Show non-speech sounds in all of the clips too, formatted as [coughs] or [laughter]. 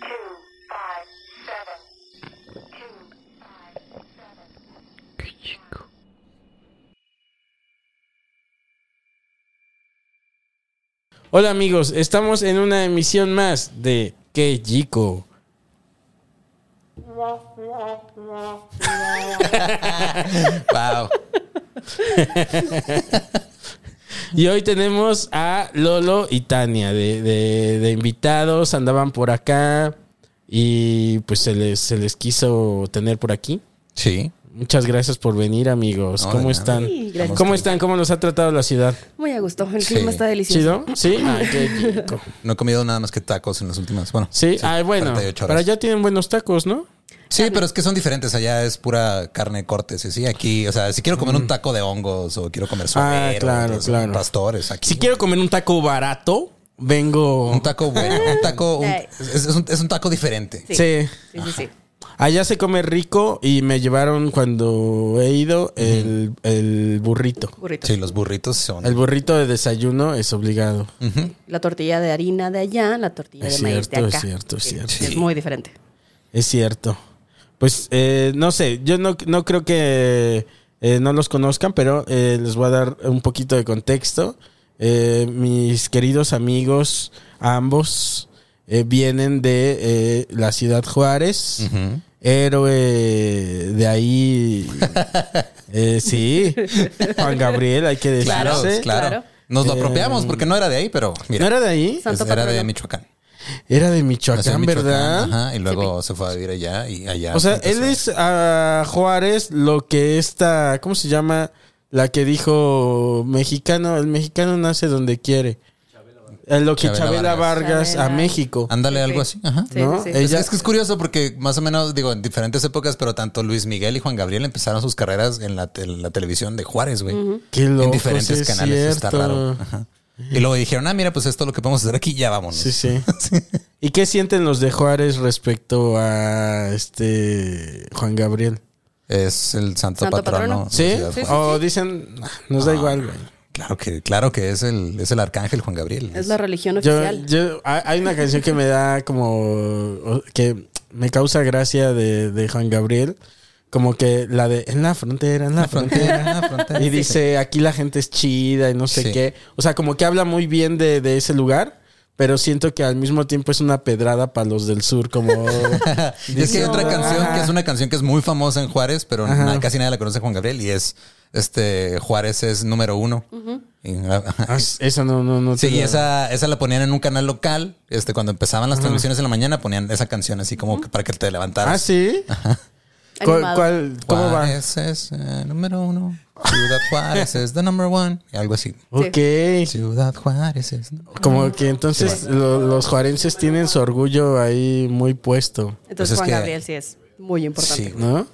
Two, five, seven. Two, five, seven. Hola amigos, estamos en una emisión más de Qué Chico. Wow. Y hoy tenemos a Lolo y Tania de, de- de invitados, andaban por acá y pues se les, se les quiso tener por aquí. Sí. Muchas gracias por venir amigos. No, de ¿Cómo nada. están? Sí, gracias. ¿Cómo están? ¿Cómo los ha tratado la ciudad? Muy a gusto. El Sí. clima está delicioso. ¿Chido? ¿Sí? Ah, qué chico. No he comido nada más que tacos en las últimas. Bueno. Sí, ah, bueno, 48 horas. para allá tienen buenos tacos, ¿no? Sí, pero es que son diferentes. Allá es pura carne cortes. Y sí, aquí, o sea, si quiero comer un taco de hongos o quiero comer suadero, Mm. Ah, claro, los claro. pastores. Aquí. Si quiero comer un taco barato, vengo... Un taco bueno, un taco. un- Sí. es, es un, es un taco diferente. Sí. Sí, sí, sí. Allá se come rico y me llevaron cuando he ido el, el burrito. Burrito. Sí, los burritos son. El burrito de desayuno es obligado. La tortilla de harina de allá, la tortilla Es de maíz de cierto, acá. es cierto, es Sí, cierto. Es muy diferente. Es cierto. Pues eh, no sé, yo no, no creo que eh, no los conozcan, pero eh, les voy a dar un poquito de contexto. Eh, mis queridos amigos, ambos, eh, vienen de eh, la ciudad Juárez. Héroe de ahí. [laughs] Eh, sí, Juan Gabriel, hay que decirse. Claro, claro, claro. Nos lo Eh, apropiamos porque no era de ahí, pero mira, ¿No era de ahí? Santo era de patrono. Michoacán. Era de Nació Michoacán, en Michoacán, ¿verdad? ajá, y luego se fue a vivir allá y allá. O sea, empezó. él es a Juárez lo que esta, ¿cómo se llama? La que dijo mexicano, el mexicano nace donde quiere. Eh, Lo que Chabela Chabela Vargas, Vargas. a México. Ándale, Sí, algo sí. así. Ajá. Sí, ¿no? sí, sí. Es, Ella- es que es curioso porque más o menos, digo, en diferentes épocas, pero tanto Luis Miguel y Juan Gabriel empezaron sus carreras en la, tel- la televisión de Juárez, güey. Qué loco, en diferentes sí es canales. Está cierto. raro. Ajá. Y luego dijeron, ah, mira, pues esto es lo que podemos hacer aquí, ya vámonos. Sí, [laughs] sí. ¿Y qué sienten los de Juárez respecto a este Juan Gabriel? Es el santo, Santo patrono. patrono. de ¿Sí? Ciudad Juárez. O dicen, "Nah, nos da igual, güey. Claro que, claro que es el, es el arcángel Juan Gabriel. Es la religión Yo, oficial. yo- hay hay una canción que me da como que me causa gracia de, de Juan Gabriel, como que la de en la frontera, en la, frontera. en la frontera. [laughs] Y dice aquí la gente es chida y no sé Sí. qué. O sea, como que habla muy bien de, de ese lugar, pero siento que al mismo tiempo es una pedrada para los del sur, [laughs] como Y es que hay otra Ajá. canción que es una canción que es muy famosa en Juárez, pero na- casi nadie la conoce Juan Gabriel y es este Juárez es número uno. Y- Ah, esa no, no, no. Sí, te y la- esa, esa la ponían en un canal local. Este, cuando empezaban las transmisiones en la mañana, ponían esa canción así como que para que te levantaras. Ah, sí. ¿Cuál, Animado. cuál- cómo va? Juárez es el número uno. Ciudad Juárez es the number one. Y algo así. Ok. Ciudad Juárez es. Entonces Como que entonces lo- los juarenses tienen su orgullo ahí muy puesto, pues Entonces es Juan que- Gabriel sí es muy importante. Sí. ¿no?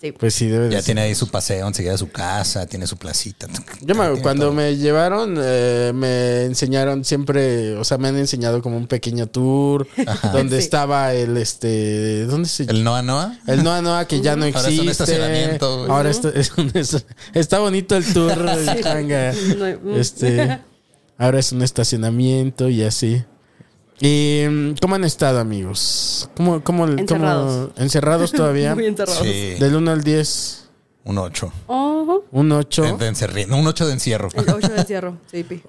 Sí. Pues sí, debe de Ya ser. tiene ahí su paseo enseguida de su casa, tiene su placita. Yo me- Ah, Tiene cuando todo. me llevaron, eh, me enseñaron siempre, o sea, me han enseñado como un pequeño tour donde Sí. estaba el este, ¿dónde se El Noa Noa. el Noa Noa que ya no Ahora es existe. un estacionamiento, güey. Ahora está, es un es- está bonito el [laughs] tour. Changa. [laughs] No, mm. Este, ahora es un estacionamiento y así. ¿Y mm, cómo han estado, amigos? ¿Cómo, cómo, cómo- Encerrados. ¿Encerrados todavía? [laughs] Muy encerrados. Sí, Del 1 al 10, un 8. Ojo. un 8. De encerri- no, un 8 de encierro. El 8 de encierro, sí, pi.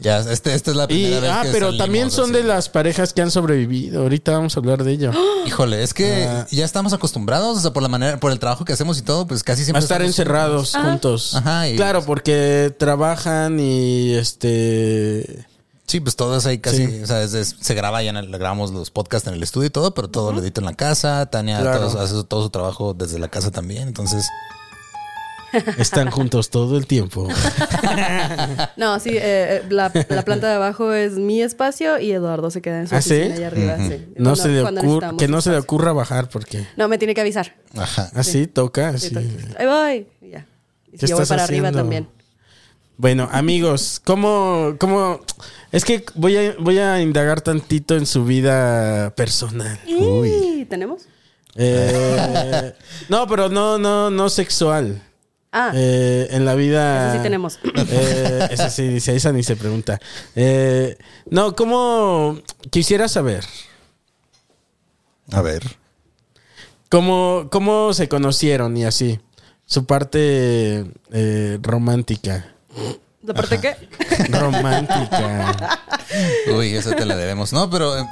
Ya, este, esta es la Y, primera vez ah, que pero también salimos son de así. las parejas que han sobrevivido. Ahorita vamos a hablar de [gasps] ello. Híjole, es que Ah. ya estamos acostumbrados, o sea, por la manera, por el trabajo que hacemos y todo, pues casi A siempre. estar estamos- encerrados juntos. Ah. Ajá, y- claro, porque trabajan y este. Sí, pues todo es ahí casi, Sí. o sea, es- es- se graba ya, en el- grabamos los podcasts en el estudio y todo, pero todo lo edito en la casa, Tania Claro. todo- hace todo su trabajo desde la casa también, entonces... Están juntos todo el [laughs] tiempo. No, sí, eh, eh, la, la planta de abajo es mi espacio y Eduardo se queda en su ¿Ah, sí? oficina allá arriba. sí. No Cuando- se le cuando ocurra, necesitamos que no se le Ah, espacio. ocurra bajar porque No, me tiene que avisar. Ajá. así toca. así. Sí, entonces, Ahí voy. y ya. Y ¿Qué si yo voy estás para arriba haciendo? también. Bueno, amigos, ¿cómo, cómo? Es que voy a, voy a indagar tantito en su vida personal. Y tenemos. [laughs] Eh, no, pero no, no, no sexual. Ah, Eh, en la vida. Esa sí tenemos. [coughs] Eh, esa sí, dice, esa ni se pregunta. Eh, no, ¿cómo quisiera saber? A ver. ¿Cómo, cómo se conocieron y así? Su parte eh, romántica. ¿de parte qué? Romántica. Uy, esa te la debemos. No, pero... eh,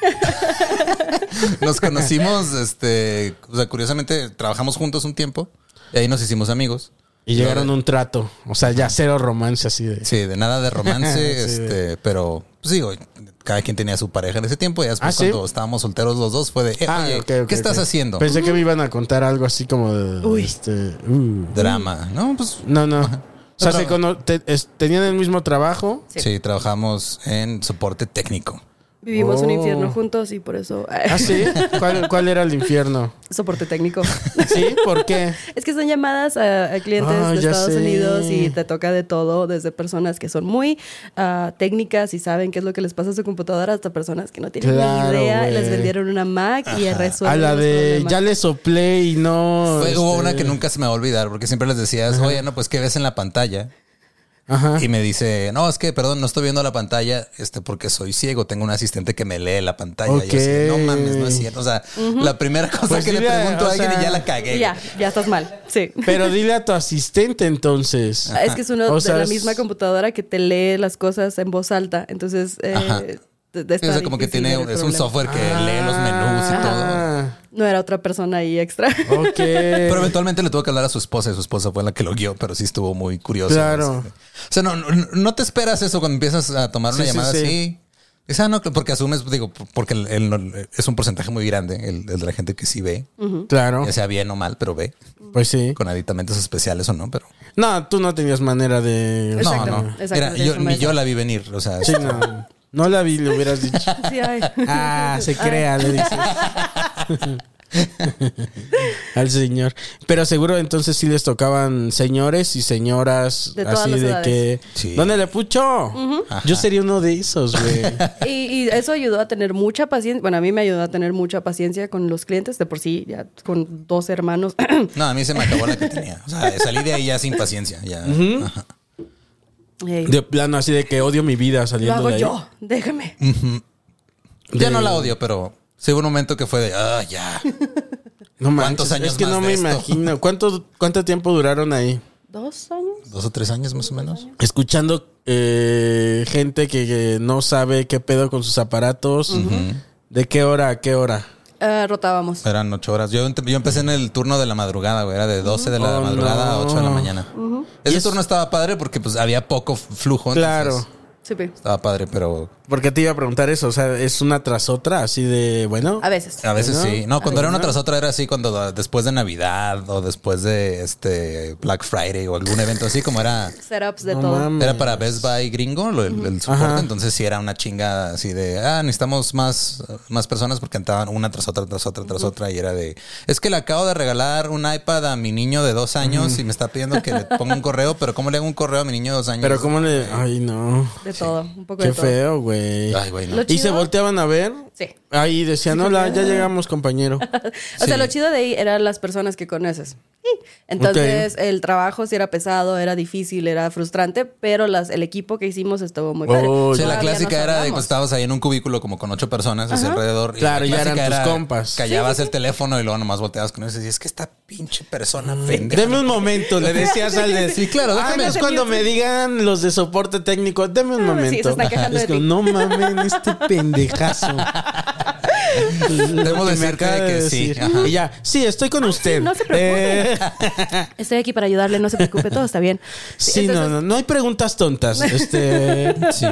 [laughs] nos conocimos, este... O sea, curiosamente, trabajamos juntos un tiempo y ahí nos hicimos amigos. Y llegaron a un trato. O sea, ya cero romance así de. Sí, de nada de romance, [laughs] Sí, este, pero pues digo, cada quien tenía su pareja en ese tiempo y después ¿Ah, sí? cuando estábamos solteros los dos fue de, eh, Ah, oye, ok, ok, ¿qué estás ok. Pues haciendo? Pensé que me iban a contar algo así como de. este, uh. Drama, ¿no? Pues No, no. O sea, Otra- se cono- te- es- tenían el mismo trabajo. sí. trabajamos en soporte técnico. Vivimos un Oh. infierno juntos y por eso. eh, ¿Ah, sí? ¿Cuál, cuál era el infierno? [laughs] Soporte técnico. [laughs] ¿Sí? ¿Por qué? Es que son llamadas a, a clientes Ah, de ya Estados sé. Unidos y te toca de todo, desde personas que son muy ah, técnicas y saben qué es lo que les pasa a su computadora, hasta personas que no tienen Claro, ni idea, güey. les vendieron una Mac y A resuelven la los de problemas. ya le soplé y no. Ah, Fue- Hubo este, una que nunca se me va a olvidar porque siempre les decías, oye, no, pues qué ves en la pantalla. Ajá. Y me dice, no, es que, perdón, no estoy viendo la pantalla este, porque soy ciego. Tengo un asistente que me lee la pantalla. Y yo así, no Ok. mames, no es cierto. O sea, la primera cosa Pues que le mira, pregunto o a alguien sea- y ya la cagué. Y ya, ya estás mal. Sí. Pero dile a tu asistente entonces. Ah, Ah, es que es uno O de sea, la es- misma computadora que te lee las cosas en voz alta. Entonces, eh, Ajá. de- de- o está sea, como que difícil tiene, el es un problema. software que lee los menús y todo. Ah, No era otra persona ahí extra. ok. Pero eventualmente le tuvo que hablar a su esposa y su esposa fue la que lo guió, pero sí estuvo muy curioso. Claro. O sea, no, no, no te esperas eso cuando empiezas a tomar una Sí, sí, llamada sí. así. Dices, ah, no, porque asumes, digo, porque el- el- es un porcentaje muy grande el, el de la gente que sí ve, Claro. ya sea bien o mal, pero ve, Pues sí. con aditamentos especiales o no, pero... No, tú no tenías manera de. o sea, Exacto. no, no, exacto, Era- de yo, eso me ni yo da. la vi venir, o sea, Sí, no. No la vi, le hubieras dicho. [laughs] Sí, ay. Ah, se crea, le dices. [laughs] Al señor. Pero seguro entonces sí les tocaban señores y señoras De todas así las de edades. que. Sí. ¿Dónde le pucho? Yo sería uno de esos, güey. Y, y eso ayudó a tener mucha paciencia. Bueno, a mí me ayudó a tener mucha paciencia con los clientes, de por sí, ya con dos hermanos. [clears throat] no, a mí se me acabó la que tenía. O sea, salí de ahí ya sin paciencia, ya. Ajá. Ey, De plano, así de que odio mi vida lo saliendo hago de ahí. Mm. yo, déjame. Ya no la odio, pero sí hubo un momento que fue de, ah, ya. No manches, ¿Cuántos años Es que más no de me esto? imagino. ¿Cuánto, ¿Cuánto tiempo duraron ahí? ¿Dos años? Dos o tres años más o menos. Escuchando eh, gente que, que no sabe qué pedo con sus aparatos. ¿De qué hora a qué hora? Ah, rotábamos. Eran ocho horas. Yo, ent- yo empecé en el turno de la madrugada, güey. Era de 12 de la Oh, madrugada a 8 de la no. mañana. Ese turno estaba padre porque pues había poco f- flujo. entonces, Claro. Sí, pi. Estaba padre, pero Porque te iba a preguntar eso. O sea, es una tras otra, así de bueno. A veces. a veces Pues ¿No? sí. No, cuando Ay, era una ¿no? tras otra era así, cuando da- después de Navidad o después de este Black Friday o algún evento así, como era... Setups de No todo. mames. Era para Best Buy gringo lo- el, el soporte, Ajá. entonces sí era una chinga así de, ah, necesitamos más, más personas porque entraban una tras otra, tras otra, tras otra y era de, es que le acabo de regalar un iPad a mi niño de dos años y me está pidiendo que le ponga un correo, pero ¿cómo le hago un correo a mi niño de dos años? Pero cómo le... eh. Ay, no. De todo. Un poco Qué de todo. feo, güey. Ay, güey, no. Lo Y se chido- volteaban a ver. Sí. [laughs] [laughs] Ahí decían, hola, ya llegamos, compañero. O sea, lo chido de ahí eran las personas que conoces. Sí. Entonces, el trabajo sí era pesado, era difícil, era frustrante, pero las, el equipo que hicimos estuvo muy padre. Oh, Sí, la Todavía clásica nos era de que hablamos. estabas ahí en un cubículo como con ocho personas hacia alrededor. la Claro, ya clásica eran tus compas. Callabas el teléfono y luego nomás volteabas con ellos y decías, es que esta pinche persona pendeja. Mm. Deme un momento, le [laughs] decías al de. Sí, claro, Ah, déjame- no, es cuando me digan los de soporte técnico, deme un Ah, sí, momento. se están quejando Es de que, ti. no mamen, [laughs] este pendejazo. Debo Lo que me decirte acaba que de sí, decir. ajá. Y ya, sí, estoy con usted. no se preocupe. Eh, Estoy aquí para ayudarle, no se preocupe, todo está bien. [laughs] sí, entonces- no, no, no hay preguntas [laughs] tontas. Este, sí.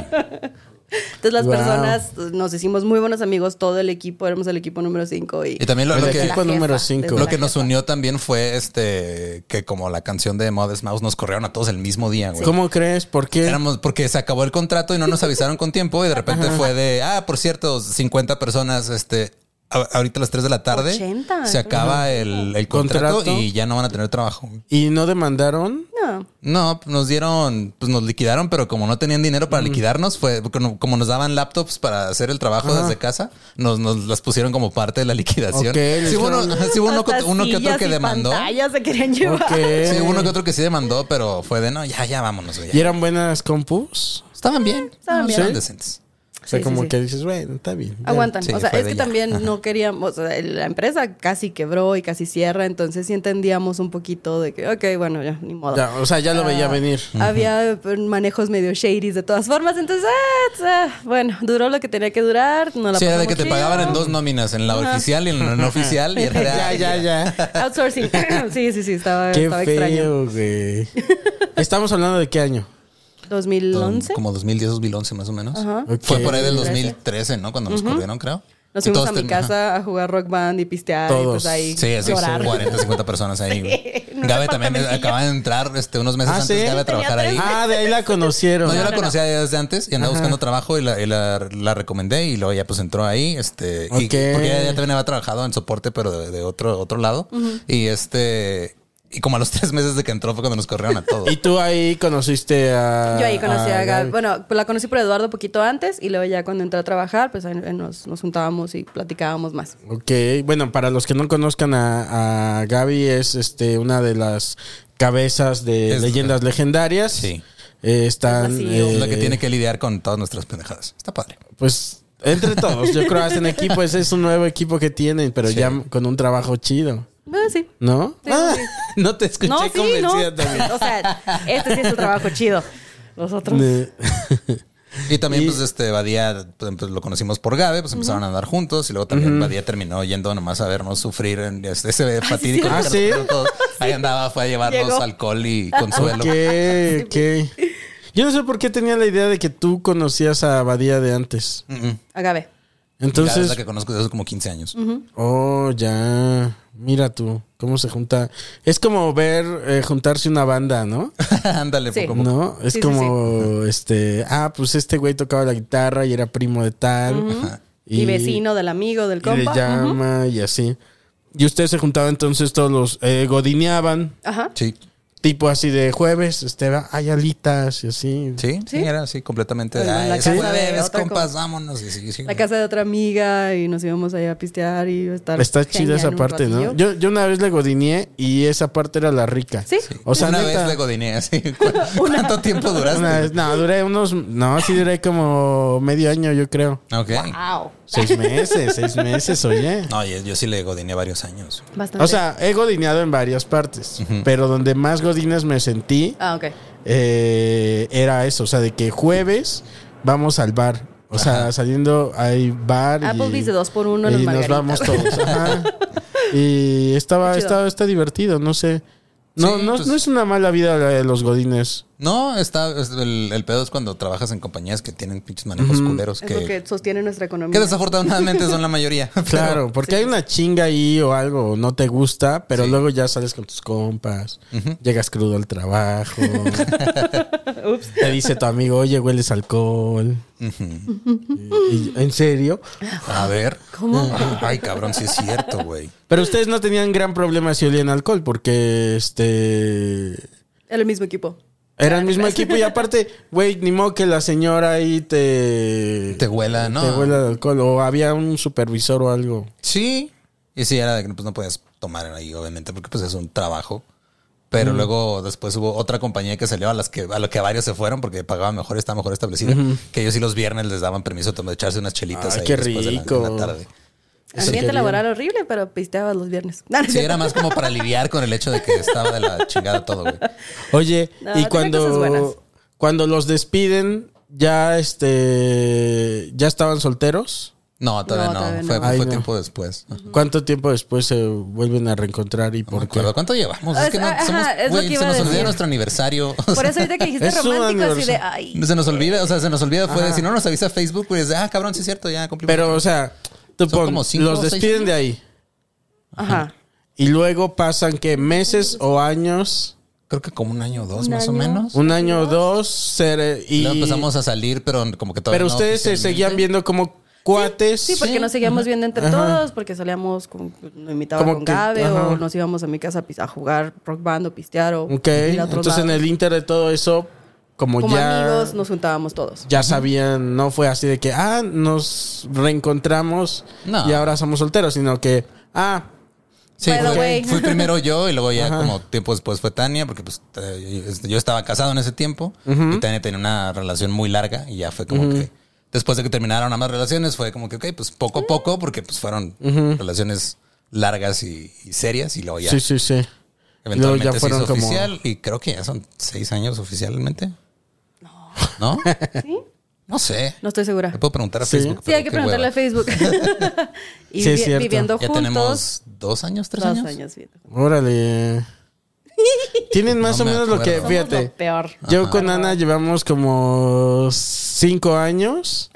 Entonces las Wow. personas eh, nos hicimos muy buenos amigos, todo el equipo, éramos el equipo número 5 y... Y también lo, lo El que... equipo La número jefa, 5. desde Lo la que nos jefa. unió también fue este que como la canción de Modest Mouse nos corrieron a todos el mismo día, güey. ¿Cómo crees? ¿Por qué? Éramos porque se acabó el contrato y no nos avisaron con tiempo y de repente fue de, ah, por cierto, 50 personas, este, a- ahorita a las 3 de la tarde 80, se acaba el, el contrato, Contrato. y ya no van a tener trabajo. ¿Y no [laughs] demandaron? No, No, nos dieron, pues nos liquidaron, pero como no tenían dinero Mm. para liquidarnos, fue como, como nos daban laptops para hacer el trabajo desde casa, nos, nos las pusieron como parte de la liquidación. Ok, les sí, hubo uno, dijeron- sí hubo uno, que- uno que otro pastillas que y demandó. pantallas se querían llevar. Ok. Sí, hubo uno Eh. que otro que sí demandó, pero fue de no, ya, ya vámonos. güey, ya". ¿Y eran buenas compus? Estaban bien, Estaban bien. Estaban ¿Sí? decentes. O sea, Sí, sí, como sí. que dices, bueno, está bien. ya. Aguantan. Sí, o sea, fue es de que ya. también no queríamos, o sea, la empresa casi quebró y casi cierra, entonces sí entendíamos un poquito de que, ok, bueno, ya, ni modo. Ya, o sea, ya lo veía Ah, venir. Había eh, manejos medio shadys de todas formas, entonces, ah, t- ah, bueno, duró lo que tenía que durar, no la Sí, era de pasamos que te chido. pagaban en dos nóminas, en la oficial y en la [laughs] no oficial. Y era de, Ya, "Ay, ya, [laughs] ya. Outsourcing. sí, sí, sí, estaba, Qué estaba extraño. feo, [laughs] güey. Estamos hablando de qué año. 2011. Como 2010, 2011 más o menos. Ok. Fue por ahí del 2013, ¿no? Cuando nos corrieron, creo. Nos Y fuimos todos a mi ten- ajá. casa a jugar rock band y pistear y Todos. pues ahí Sí, así llorar. 40, 50 personas ahí. [laughs] güey. en un Gabe también departamentillo. acaba de entrar este, unos meses Ah, antes ¿sí? Gabe a trabajar ahí. Ah, de ahí la conocieron. No, yo la conocía desde antes y andaba buscando trabajo y, la, y la- la recomendé y luego ya pues entró ahí. Este, y- Ok. porque ella ya también había trabajado en soporte, pero de, de otro, otro lado. Y este, y como a los [laughs] tres meses de que entró fue cuando nos corrieron a [laughs] todos. Y tú ahí conociste a. Yo ahí conocí Ah, a, Gaby. Gaby. Bueno, pues la conocí por Eduardo poquito antes y luego ya cuando entré a trabajar, pues ahí nos, nos juntábamos y platicábamos más. Ok, bueno, para los que no conozcan a, a Gaby, es este una de las cabezas de Es- leyendas legendarias. Sí. Eh, están. Es vacío. es la que eh, tiene que lidiar con todas nuestras pendejadas. Está padre. Pues entre todos, yo creo hacen equipo, ese es un nuevo equipo que tienen, pero ya con un trabajo chido, Ah, sí. ¿no? Sí, Ah, sí. [laughs] No te escuché No, sí, no. convencida también. o sea, este sí es el trabajo chido. Los [laughs] otros. Eh, [laughs] Y también, Y- pues, este, Badía, pues, pues, lo conocimos por Gabe, pues empezaron a andar juntos y luego también Badía terminó yendo nomás a vernos sufrir en este, ese ese fatídico sí. Ah, ¿sí? intercambio todos. Ahí andaba, fue a llevarnos Llegó. alcohol y consuelo. Ok, ok. Yo no sé por qué tenía la idea de que tú conocías a Abadía de antes. Mm, Agave. Gabe es Entonces, la que conozco desde hace como 15 años. oh, ya. Mira tú, cómo se junta. Es como ver eh, juntarse una banda, ¿no? [laughs] Ándale, Sí. poco a poco. ¿No? Es Sí, sí, como, este, ah, pues este güey tocaba la guitarra y era primo de tal. Ajá. Y, vecino del amigo, del Y le compa. Ujú. llama y así. Y ustedes se juntaban entonces todos los, eh, godineaban, Ajá. Sí. tipo así de jueves, este, hay alitas y así. sí, sí, era así completamente. Bueno, en Pues la Ay, ese casa de jueves, otra compas, cosa. vámonos. Y sí, sí. La casa de otra amiga y nos íbamos allá a pistear y estar. Está chida genial esa un parte, ¿no? ratillo. Yo, yo una vez le godineé y esa parte era la rica. Sí. O sea, una neta, vez le godiné [laughs] así. ¿Cu- ¿Cuánto tiempo duraste? una vez- no, duré unos, no, sí duré como medio año, yo creo. Ok. Wow. Seis [laughs] meses, seis meses, oye. No, yo, yo sí le godiné varios años. Bastante. O sea, he godineado en varias partes, pero donde más godines me sentí Ah, ok. eh, era eso, o sea, de que jueves vamos al bar. O sea, saliendo hay bar. y- Applebee's de dos por uno en Y las nos margaritas. vamos [laughs] todos. ajá. Y estaba, Qué chido. estaba, está divertido, no sé. No, Sí, no, pues- no es una mala vida la de los godines. No, está es- el, el pedo es cuando trabajas en compañías que tienen pinches manejos culeros Es lo que sostiene nuestra economía. Que desafortunadamente son la mayoría. Claro, porque hay una chinga ahí o algo, no te gusta, pero luego ya sales con tus compas, llegas crudo al [laughs] trabajo. Te dice tu amigo, oye, hueles alcohol. Y- y- ¿En serio? [laughs] A ver. ¿Cómo? Ay, cabrón, sí es cierto, güey. Pero ustedes no tenían gran problema si olían alcohol, porque este. Era el mismo equipo. Era el Ah, [laughs] mismo equipo y aparte, güey, ni modo que la señora ahí te... Te huela, ¿no? Te huela de alcohol o había un supervisor o algo. Sí. Y sí, era de que pues, no podías tomar ahí, obviamente, porque pues es un trabajo. Pero luego después hubo otra compañía que salió a las que a lo que varios se fueron porque pagaban mejor, estaba mejor establecida. Que ellos sí los viernes les daban permiso de echarse unas chelitas Ay, ahí qué después de la- de rico. la tarde. Ambiente quería. laboral horrible, pero pisteabas los viernes. [laughs] No, no es Sí, cierto. era más como para aliviar con el hecho de que estaba de la chingada todo, güey. Oye, No, y tiene cosas buenas. cuando, cuando los despiden, ya este ya estaban solteros. No, todavía No, no. todavía no. Fue, Ay, fue no. tiempo después. No ¿Cuánto tiempo después se vuelven a reencontrar y me por qué? acuerdo. ¿Cuánto llevamos? Ah, Es que no, ajá, somos- es lo güey, que se iba a nos olvida decir. nuestro aniversario. O Por sea, eso ahorita que dijiste Es un romántico, así de, aniversario. ay, [laughs] se nos olvida, o sea, se nos olvida. Fue de, si no nos avisa Facebook, pues, ah, cabrón, sí es cierto, ya cumplimos. Pero, o sea, tú Son pon, como cinco los o seis despiden años. de ahí. ajá. Y luego pasan que meses o años, Creo que como un año o dos, Un más o año. menos. un año o dos, ser- eh, y Luego empezamos a salir, pero como que todavía pero no ustedes se oficialmente. seguían viendo como cuates. Sí, porque nos seguíamos viendo entre todos, porque salíamos, con, me invitaba Como con que- Gabe ajá. o nos íbamos a mi casa a, pis- a jugar rock band o pistear o Ok, ir a otros entonces en lados. el inter de todo eso, como, Como ya, amigos nos juntábamos todos. ya sabían, no fue así de que, ah, nos reencontramos No. y ahora somos solteros, sino que, ah, Sí, By the fue, way. fui primero yo y luego ya como tiempo después fue Tania, porque pues eh, yo estaba casado en ese tiempo y Tania tenía una relación muy larga y ya fue como que después de que terminaron ambas relaciones fue como que, ok, pues poco a Mm. poco, porque pues fueron relaciones largas y, y serias y luego ya sí, sí, sí. eventualmente luego ya fueron se hizo como- oficial y creo que ya son seis años oficialmente. No. ¿No? No sé. No estoy segura. Le puedo preguntar a Sí. Facebook. Sí, pero hay que qué hueva. preguntarle a Facebook. [laughs] y Sí, es vi- cierto. viviendo Ya juntos. tenemos dos años, tres dos años. años viviendo. Órale. Tienen más [laughs] No o me menos lo que, acuerdo. Somos fíjate. lo [laughs] peor. Yo con Ana llevamos como cinco años.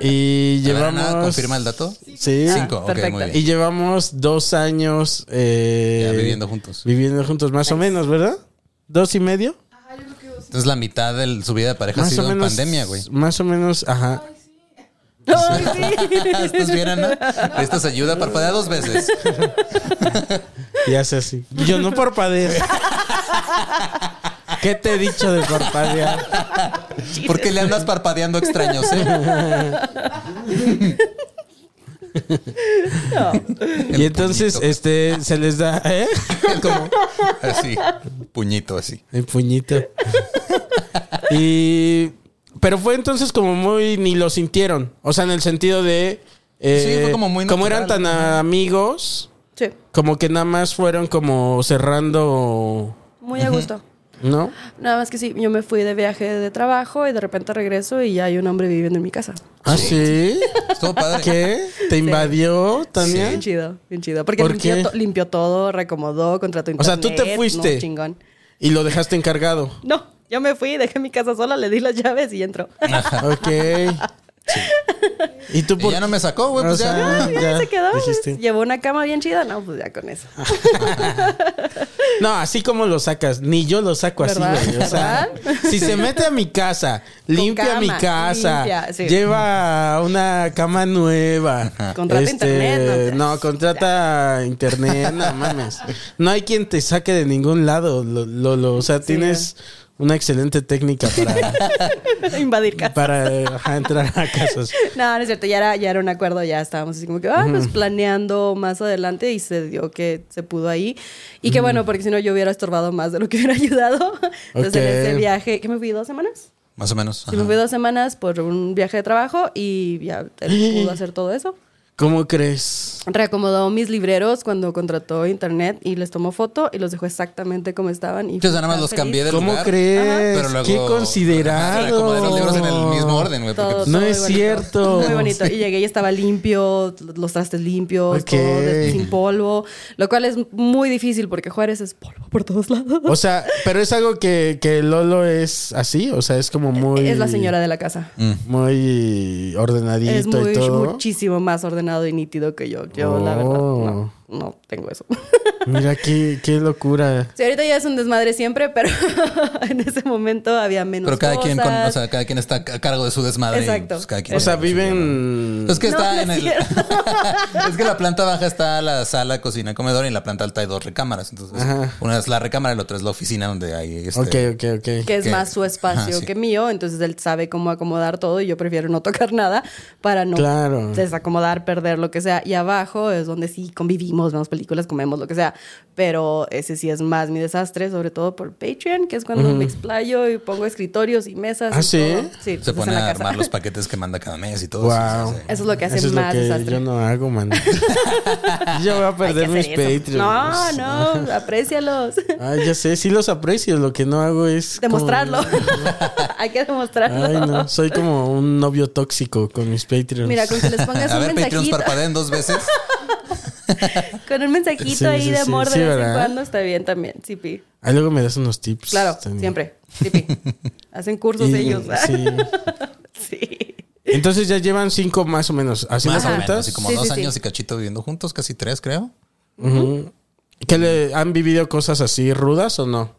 y [laughs] A ver, Ana, llevamos. confirma el dato. Sí. Cinco, ok, perfecto. muy Y bien. llevamos dos años. eh, Ya, viviendo juntos. Viviendo juntos, más o menos, ¿verdad? ¿Dos y medio? Entonces la mitad de su vida de pareja ha Más o sido en menos. pandemia, [laughs] güey. Más o menos, ajá. Ay, sí. Ah, ¿Estás bien, Ana? ¿Necesitas ayuda? Parpadea dos veces. Ya sé así. Yo no parpadeo. ¿Qué te he dicho de parpadear? ¿Por qué le andas parpadeando extraños, eh? Y entonces, puñito. este, se les da, ¿eh? Como así, puñito así. El puñito. y. Pero fue entonces como muy. Ni lo sintieron. O sea, en el sentido de. eh, Sí, fue como muy eran natural. tan amigos, Sí, como que nada más fueron como cerrando. muy a gusto. ¿No? [laughs] Nada más que sí, yo me fui de viaje de trabajo y de repente regreso y ya hay un hombre viviendo en mi casa. ¿Ah, sí? Estuvo padre. ¿Qué? ¿Te invadió Tania? Bien chido, bien chido. Porque ¿Por limpió, qué? to- limpió todo, reacomodó, contrató O sea, internet. tú te fuiste. No, chingón. Y lo dejaste encargado. No, yo me fui, dejé mi casa sola, le di las llaves y entro. [laughs] [laughs] Ok. ¿Y tú Y por ya no me sacó, güey. Pues O sea, ya. Ya, ya, se quedó. dijiste. Llevó una cama bien chida. No, pues ya con eso. [laughs] No, así como lo sacas, ni yo lo saco así, ¿Verdad? güey. O sea, ¿Verdad? si se mete a mi casa, limpia cama, mi casa, limpia, sí. lleva una cama nueva. este, Contrata internet, No, no, contrata internet, no mames. No hay quien te saque de ningún lado, lo- lo- lo- o sea, tienes una excelente técnica [laughs] para, Invadir casa. para eh, ajá, entrar a casas. [laughs] No, no es cierto. Ya era, ya era un acuerdo. Ya estábamos así como que, ah, pues planeando más adelante y se dio que se pudo ahí. Y que bueno, porque si no yo hubiera estorbado más de lo que hubiera ayudado. [laughs] Entonces en Ok. ese viaje, que me fui dos semanas. Más o menos. Sí, me ajá. fui dos semanas por un viaje de trabajo y ya [laughs] él pudo hacer todo eso. ¿Cómo crees? Reacomodó mis libreros cuando contrató internet y les tomó foto y los dejó exactamente como estaban. Y Yo nada más los feliz. cambié de ¿Cómo lugar. crees? Pero luego, Qué Ajá, considerado. acomodé los libros en el mismo orden, güey. porque, pues, Todo, No todo es muy bonito. cierto. Muy bonito. Y llegué y estaba limpio, los trastes limpios, Ok. todo de- sin polvo, lo cual es muy difícil porque Juárez es polvo por todos lados. O sea, pero es algo que, que Lolo es así, o sea, es como muy... es la señora de la casa. Muy ordenadito Es muy, y todo. muchísimo más ordenado y nítido que yo. Yo, la verdad, Oh. no, no tengo eso. [laughs] Mira qué, qué locura. Sí, ahorita ya es un desmadre siempre, pero [laughs] en ese momento había menos pero cada quien, con- o cosas. sea, cada quien está a cargo de su desmadre. y, Exacto. pues, cada quien O sea, lleva su mierda. viven... Es que No, está no en es el. cierto. [laughs] es que la planta baja está la sala, cocina, comedor y en la planta alta hay dos recámaras. Entonces, Ajá. una es la recámara y la otra es la oficina donde hay este. Ok, ok, ok. que es que- más su espacio Ajá, sí. que mío, entonces él sabe cómo acomodar todo y yo prefiero no tocar nada para no Claro. desacomodar, perder lo que sea. Y abajo es donde sí salimos, vemos películas, comemos, lo que sea. Pero ese sí es más mi desastre, sobre todo por Patreon, que es cuando me explayo y pongo escritorios y mesas. ¿Ah, y sí? todo. Sí, pues, Se en pone la a casa. armar los paquetes que manda cada mes y todo Wow. eso. sí, sí. [laughs] Eso es lo que hace Eso es lo más que desastre. yo no hago, [laughs] man. [laughs] yo voy a Hay que perder mis hacer eso. Patreons. [laughs] No, no, aprécialos. Ay, ya sé, sí los aprecio. Lo que no hago es. como- Demostrarlo. [laughs] Hay que [laughs] demostrarlo. Ay, no. Soy como un novio tóxico con mis Patreons. Mira, con que les pongas A un ver, Patreons mensajito. parpadeen dos veces. Con un mensajito Sí, ahí sí, de sí, amor sí, de vez en ¿verdad? cuando está bien también, sí, pi. Pues, Ahí luego me das unos tips. Claro, también. siempre. Sí, [laughs] pi. Hacen cursos Y- ellos. ¿verdad? sí. [laughs] sí. Entonces ya llevan cinco más o menos. Haciendo Más o cuentas. menos. Así como Sí, dos sí, sí. años y cachito viviendo juntos, casi tres, creo. Ujú. ¿Que le han vivido cosas así rudas o no?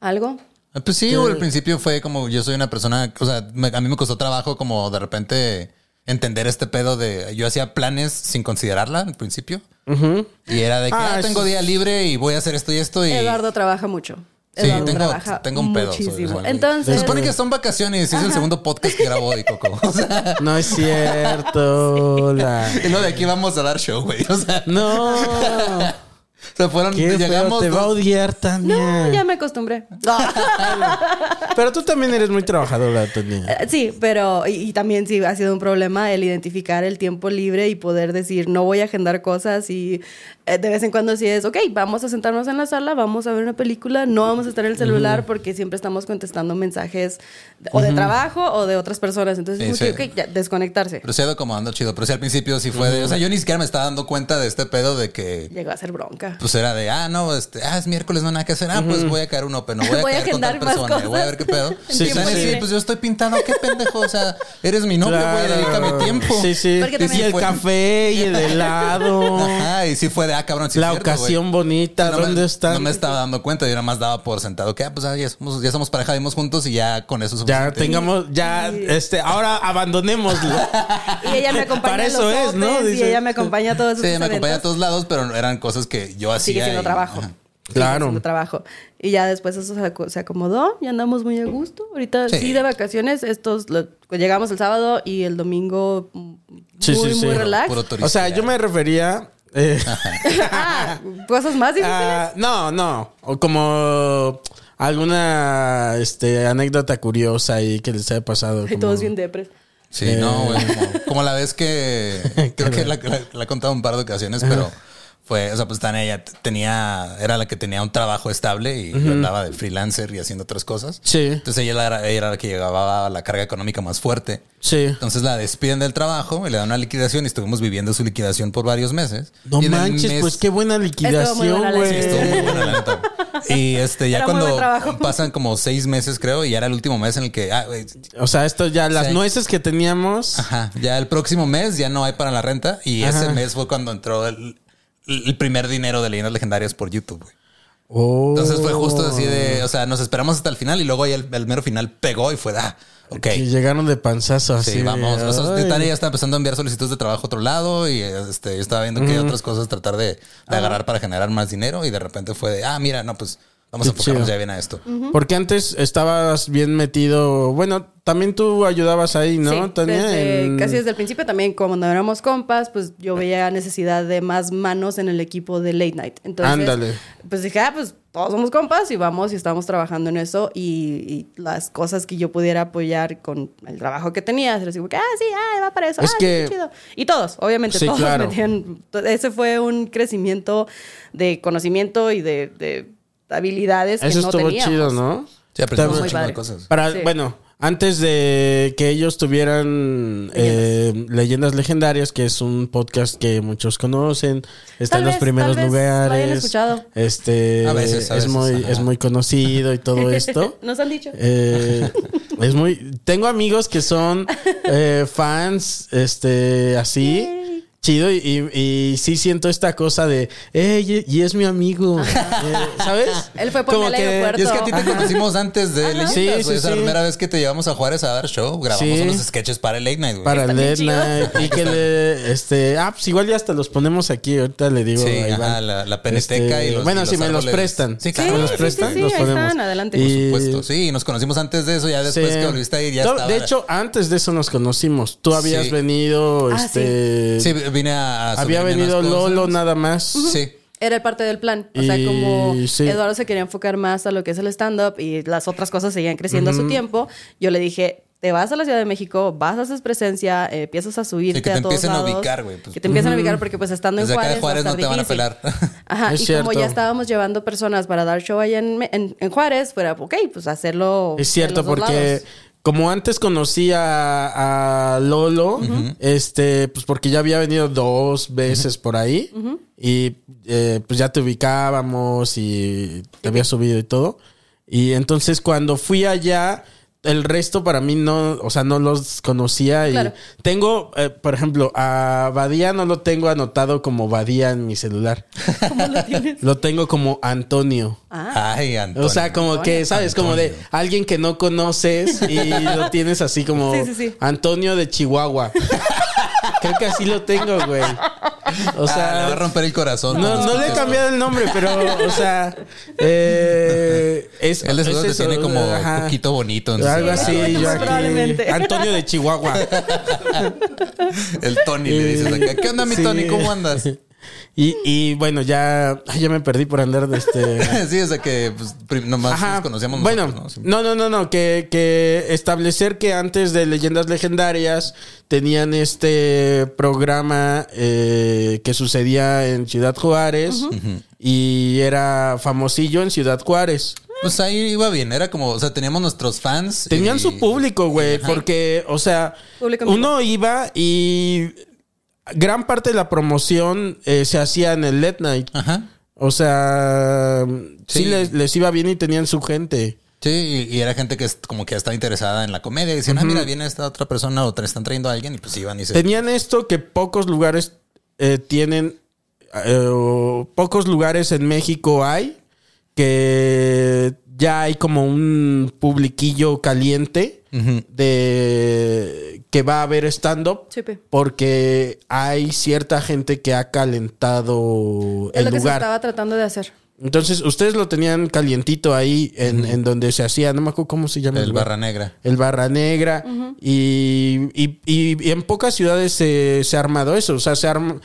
¿Algo? Ah, Pues sí, o al principio fue como yo soy una persona, o sea, me- a mí me costó trabajo como de repente entender este pedo de yo hacía planes sin considerarla al principio. Y era de que Ah, ah, eso tengo es- día libre y voy a hacer esto y esto y Eduardo trabaja mucho. Sí, Eduardo tengo, trabaja tengo un pedo. Muchísimo. sobre- Se Entonces, supone que son vacaciones y es el segundo podcast que grabo hoy, Coco. [laughs] O sea, No es [laughs] cierto. la- y lo de aquí vamos a dar show, güey. O sea, No. se fueron, Qué feo, llegamos. te va a dos- odiar, Tania. no, ya me acostumbré. Pero tú también eres muy trabajadora, Tania. Eh, Sí, pero y, y también sí ha sido un problema el identificar el tiempo libre y poder decir no voy a agendar cosas y eh, de vez en cuando sí es, ok, vamos a sentarnos en la sala, vamos a ver una película, no vamos a estar en el celular porque siempre estamos contestando mensajes de- o de trabajo o de otras personas, entonces es Sí, sí. como que, ok, ya, desconectarse. Pero se ha ido como dando chido. Pero sí, al principio sí fue de. O sea, yo ni siquiera me estaba dando cuenta de este pedo de que. Llegó a ser bronca. pues era de, ah, no, este, ah, es miércoles, no hay nada que hacer. Ah, pues voy a caer un open, no voy a [laughs] Voy a caer con tal agendar más persona, eh, voy a ver qué [laughs] pedo. cosas. Sí, Sí, sí, sí. pues yo estoy pintando, qué pendejo, o sea, eres mi novio, güey, dedícame tiempo. Sí, sí. Porque Y también- el café y el [laughs] helado. Ajá, y sí fue de, ah, cabrón, sí es la cierto, güey. ocasión bonita. No me- ¿Dónde están? No me estaba dando cuenta, yo nada más daba por sentado que, ah, pues ah, ya somos, ya somos pareja, vivimos juntos y ya con eso es Ya suficiente. tengamos, ya, este, ahora abandonémoslo. [laughs] Y ella me acompaña Para a eso los es, opens, ¿no? Y Dice- ella me acompaña a todos Sí, esos me acompaña a eventos. todos lados, pero eran cosas que yo hacía. sigue siendo y- trabajo. ajá. Claro. Sigue siendo trabajo. Y ya después eso se aco- se acomodó y andamos muy a gusto. Ahorita sí, Sí. de vacaciones, estos lo- llegamos el sábado y el domingo mm, muy, Sí, sí, sí. muy relax. Puro turista. O sea, yo me refería. eh, [laughs] Ah, cosas [laughs] más difíciles. a- Ah, no, no. O como alguna este, anécdota curiosa ahí que les haya pasado. y como- todos bien depres. Sí, Eh. no, güey. Como, como la [laughs] vez que. Creo que la, la- la he contado un par de ocasiones, pero fue. O sea, pues Tania ya t- tenía. Era la que tenía un trabajo estable y yo andaba de freelancer y haciendo otras cosas. Sí. Entonces ella era, ella era la que llegaba a la carga económica más fuerte. Sí. Entonces la despiden del trabajo y le dan una liquidación y estuvimos viviendo su liquidación por varios meses. No Y en el manches, mes- pues qué buena liquidación, buena la güey. Sí, estuvo muy buena, la neta. Y este, ya Era muy buen cuando trabajo. pasan como seis meses, creo, y ya era el último mes en el que ah, güey, O sea, esto ya, las Sí. Ah. nueces que teníamos. Ajá, ya el próximo mes ya no hay para la renta y ese mes fue cuando entró el, el primer dinero de leyendas legendarias por YouTube. güey. Oh. Entonces fue justo así de, o sea, nos esperamos hasta el final y luego ya el, el mero final pegó y fue, ah, ok. Que llegaron de panzazo así. Sí, de, vamos. O sea, ay. Tania ya está empezando a enviar solicitudes de trabajo a otro lado y este, yo estaba viendo que otras cosas tratar de, de agarrar para generar más dinero y de repente fue de, ah, mira, no, pues vamos a Qué enfocarnos chido. ya bien a esto. Porque antes estabas bien metido. Bueno, también tú ayudabas ahí, ¿no, Sí, Tania? desde- En- Casi desde el principio también, cuando éramos compas, pues yo veía necesidad de más manos en el equipo de Late Night. Entonces, Ándale. pues dije, ah, pues todos somos compas y vamos y estamos trabajando en eso y, y las cosas que yo pudiera apoyar con el trabajo que tenía, era así como que, ah, sí, ah, va para eso, Es ah, sí, qué que- chido. Y todos, obviamente, Sí, todos claro. metían- to- Ese fue un crecimiento de conocimiento y de, de habilidades Eso que no estuvo teníamos. chido, ¿no? Sí, aprendimos Está un muy chingo de padre. cosas. Para, Sí. bueno, antes de que ellos tuvieran eh, leyendas. legendarias, que es un podcast que muchos conocen, está Tal en los vez, primeros tal vez lo lugares. hayan escuchado. Este A veces, a es veces, muy ajá. es muy conocido y [laughs] todo esto. Nos han dicho. Eh, es muy. Tengo amigos que son eh, fans, este, así. Chido, y, y- y sí siento esta cosa de, "Ey, y es mi amigo. Eh, ¿Sabes? Él fue por mí al aeropuerto. Y es que a ti te Ajá. conocimos antes de Leyendas, Sí, güey. sí, Esa es la sí. primera vez que te llevamos a Juárez a dar show. Grabamos Sí. unos sketches para el Late Night, güey. Para Está el bien Late chido. [laughs] Night. Y que le. Este. Ah, pues igual ya hasta los ponemos aquí. Ahorita le digo. Sí, a Iván. Este, ajá, la- la Peneteca y los- Bueno, y los si me los árboles. prestan. Sí, claro. Si me los Sí, sí, prestan, sí, los ahí están, ponemos. adelante. Por Y- supuesto, sí. Nos conocimos antes de eso, ya después sí. que volviste a ir, ya No, estaba. De hecho, antes de eso nos conocimos. Tú habías Sí. venido. Ah, este. Sí, vi- vine a. a Había subirme venido unas cosas. Lolo nada más. Sí. Era parte del plan. O sea, Y como sí. Eduardo se quería enfocar más a lo que es el stand-up y las otras cosas seguían creciendo a su tiempo, yo le dije, te vas a la Ciudad de México, vas a hacer presencia, eh, empiezas a subirte Sí, que te a todos empiecen a lados, ubicar, güey, pues. que te empiecen a ubicar porque pues estando Desde en acá Juárez, de Juárez va a no estar te van a difícil. pelar. Ajá, Es y como cierto. ya estábamos llevando personas para dar show allá en, en- en Juárez, fuera, ok, pues hacerlo. Es en cierto, los dos porque lados. [laughs] como antes conocí a, a Lolo, este, pues porque ya había venido dos veces por ahí y eh, pues ya te ubicábamos y te había subido y todo. Y entonces cuando fui allá, el resto para mí no, o sea, no los conocía y Claro. tengo, eh, por ejemplo, a Badía no lo tengo anotado como Badía en mi celular. [laughs] ¿Cómo [laughs] lo tienes? Lo tengo como Antonio. Ah, Ay, Antonio. O sea, como que, ¿sabes? Como de alguien que no conoces y lo tienes así como Sí, sí, sí. Antonio de Chihuahua. Creo que así lo tengo, güey. O Ah, le va a sea, romper el corazón. no, no le he cambiado el nombre, pero, o sea, eh, es, Él de es seguro que eso, tiene como ajá. poquito bonito. en su Algo celular. así, yo aquí. Probablemente. Antonio de Chihuahua. [laughs] El Tony le dices acá. ¿Qué onda, mi Sí. Tony? [laughs] ¿Cómo andas? [laughs] Y, y bueno, ya, ay, ya me perdí por andar de este. Sí, o sea que pues, prim- nomás nos conocíamos bueno, nosotros, ¿no? Sí. no, no, no, no, que, que establecer que antes de Leyendas Legendarias tenían este programa eh, que sucedía en Ciudad Juárez y era famosillo en Ciudad Juárez. Pues ahí iba bien, era como, o sea, teníamos nuestros fans. Tenían y- su público, güey, Ajá. porque, o sea, Público amigo. uno iba y gran parte de la promoción eh, se hacía en el Late Night. Ajá. O sea, sí, Sí. les, les iba bien y tenían su gente. Sí, y, y era gente que es- como que ya estaba interesada en la comedia. Y decían, ah, mira, viene esta otra persona o te están trayendo a alguien. Y pues iban y se. Tenían esto que pocos lugares eh, tienen, eh, o pocos lugares en México hay, que ya hay como un publiquillo caliente de que va a ver stand-up. Sí, pe. Porque hay cierta gente que ha calentado es el lo que se lugar. estaba tratando de hacer. Entonces, ustedes lo tenían calientito ahí en, en donde se hacía, no me acuerdo cómo se llama. el lugar Barra Negra. el Barra Negra y, y- y- y en pocas ciudades se, se ha armado eso, o sea, se arm-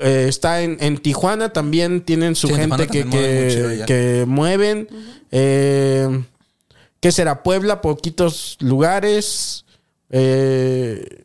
eh, está en, en Tijuana también tienen su Sí, en gente Tijuana que, también mueven muy chido que- ya. que mueven, eh, ¿qué será? Puebla, poquitos lugares, eh,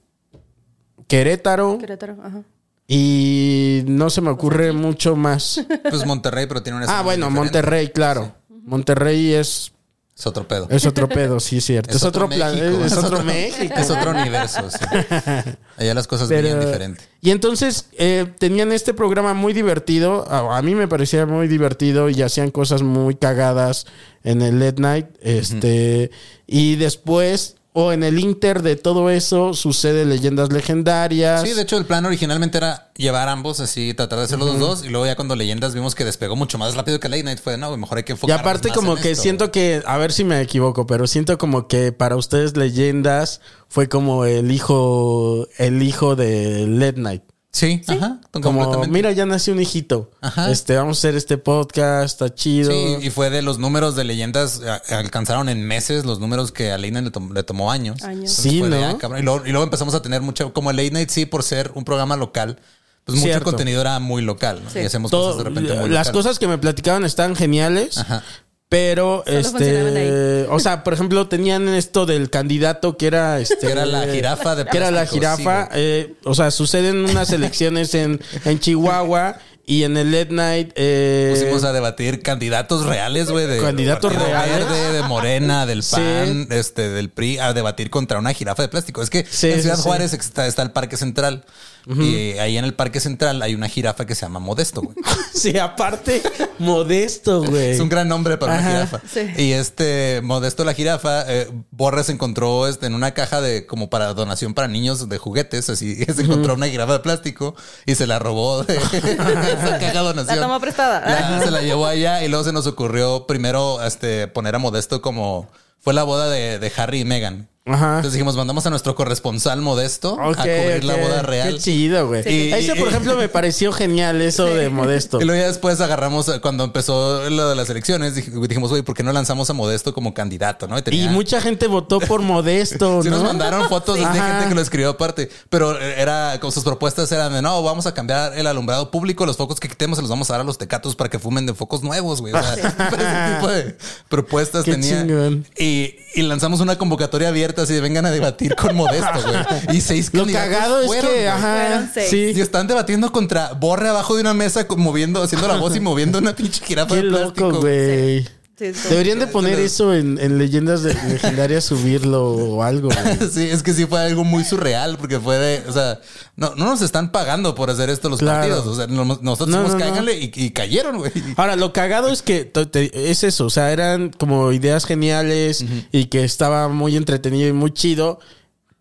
Querétaro Querétaro, ajá. y no se me ocurre mucho más. Pues Monterrey, pero tiene una. ah, escena bueno, diferente. Monterrey, claro. Monterrey es Es otro pedo. es otro pedo, sí, es cierto. Es, otro, plan, México. [laughs] es otro México. Es otro universo. [laughs] sí. Allá las cosas Pero- brillan diferente. Y entonces eh, tenían este programa muy divertido. A, a mí me parecía muy divertido y hacían cosas muy cagadas en el late night. Este, Y después, o en el inter de todo eso, sucede leyendas legendarias. Sí, de hecho, el plan originalmente era llevar ambos así, tratar de hacerlo los dos. Y luego, ya cuando leyendas vimos que despegó mucho más rápido que Late Night, fue no, güey, mejor hay que y enfocarnos. aparte más como en que esto". siento que, a ver si me equivoco, pero siento como que para ustedes leyendas fue como el hijo, el hijo de Late Night. Sí, ajá, Como, completamente. mira, ya nació un hijito. Ajá. Este, vamos a hacer este podcast, está chido. Sí, y fue de los números de leyendas, a- alcanzaron en meses los números que a Late Night le, tom- le tomó años. Años. Entonces Sí, fue de, ¿no? "Ah, cabrón". y, luego, y luego empezamos a tener mucho, como Late Night sí, por ser un programa local, pues mucho Cierto. contenido era muy local. ¿no? Y hacemos Todo- cosas de repente muy las local. cosas que me platicaban están geniales. Ajá. Pero, Solo funcionaban este, ahí. o sea, por ejemplo, tenían esto del candidato que era, este, Que era la jirafa de que era la plástico, sí, jirafa, güey. eh, o sea, suceden unas elecciones en, en Chihuahua y en el late night, eh, Pusimos a debatir candidatos reales, güey. de- Candidatos del Partido reales. Verde, de Morena, del Sí. PAN, este, del PRI, a debatir contra una jirafa de plástico. Es que Sí, en Ciudad sí, sí. Juárez está, está el Parque Central. Y ahí en el Parque Central hay una jirafa que se llama Modesto, güey. [laughs] sí, aparte, modesto, güey. Es un gran nombre para Ajá. una jirafa. Sí. Y este Modesto la jirafa, eh, Borres encontró este, en una caja de como para donación para niños de juguetes, así [laughs] se encontró una jirafa de plástico y se la robó de [laughs] esa caja de donación. La tomó prestada. La- se la llevó allá y luego se nos ocurrió primero este, poner a Modesto como fue la boda de, de Harry y Meghan. Ajá. Entonces dijimos, mandamos a nuestro corresponsal modesto Ah. Ok, [laughs] a cubrir la ok. boda Qué real. chido, güey. Sí. Eso, por [laughs] ejemplo, me pareció genial, eso de Modesto. Y luego ya después agarramos, eh, cuando empezó lo de las elecciones, dij- dijimos, güey, ¿por qué no lanzamos a Modesto como candidato? ¿no? Y, Y tenía- mucha gente votó por Modesto, [laughs] Sí ¿no? nos mandaron fotos de Ajá. gente que lo escribió aparte, pero eh, era con sus propuestas eran de no, vamos a cambiar el alumbrado público, los focos que quitemos se los vamos a dar a los tecatos para que fumen de focos nuevos, güey. O sea, [laughs] ese tipo de propuestas Ah, Qué tenía. chingón. Y, y lanzamos una convocatoria abierta así de vengan a debatir con Modesto, güey. Y seis Lo candidatos cagado es fueron, que, güey. ajá, Fueron seis. Y sí. están debatiendo contra Borre abajo de una mesa con- moviendo, haciendo [laughs] la voz y moviendo una pinche jirafa Qué de plástico. loco, güey. Sí, es como- Deberían de poner eso en, en leyendas de- legendarias, subirlo o algo. güey. [laughs] Sí, es que sí fue algo muy surreal porque fue de, o sea, no, no nos están pagando por hacer esto los Claro. partidos, o sea, no- nosotros No, dijimos, no, Ah, no. "Cáiganle", y, y cayeron, güey. Ahora, lo cagado es que to- te- es eso, o sea, eran como ideas geniales y que estaba muy entretenido y muy chido,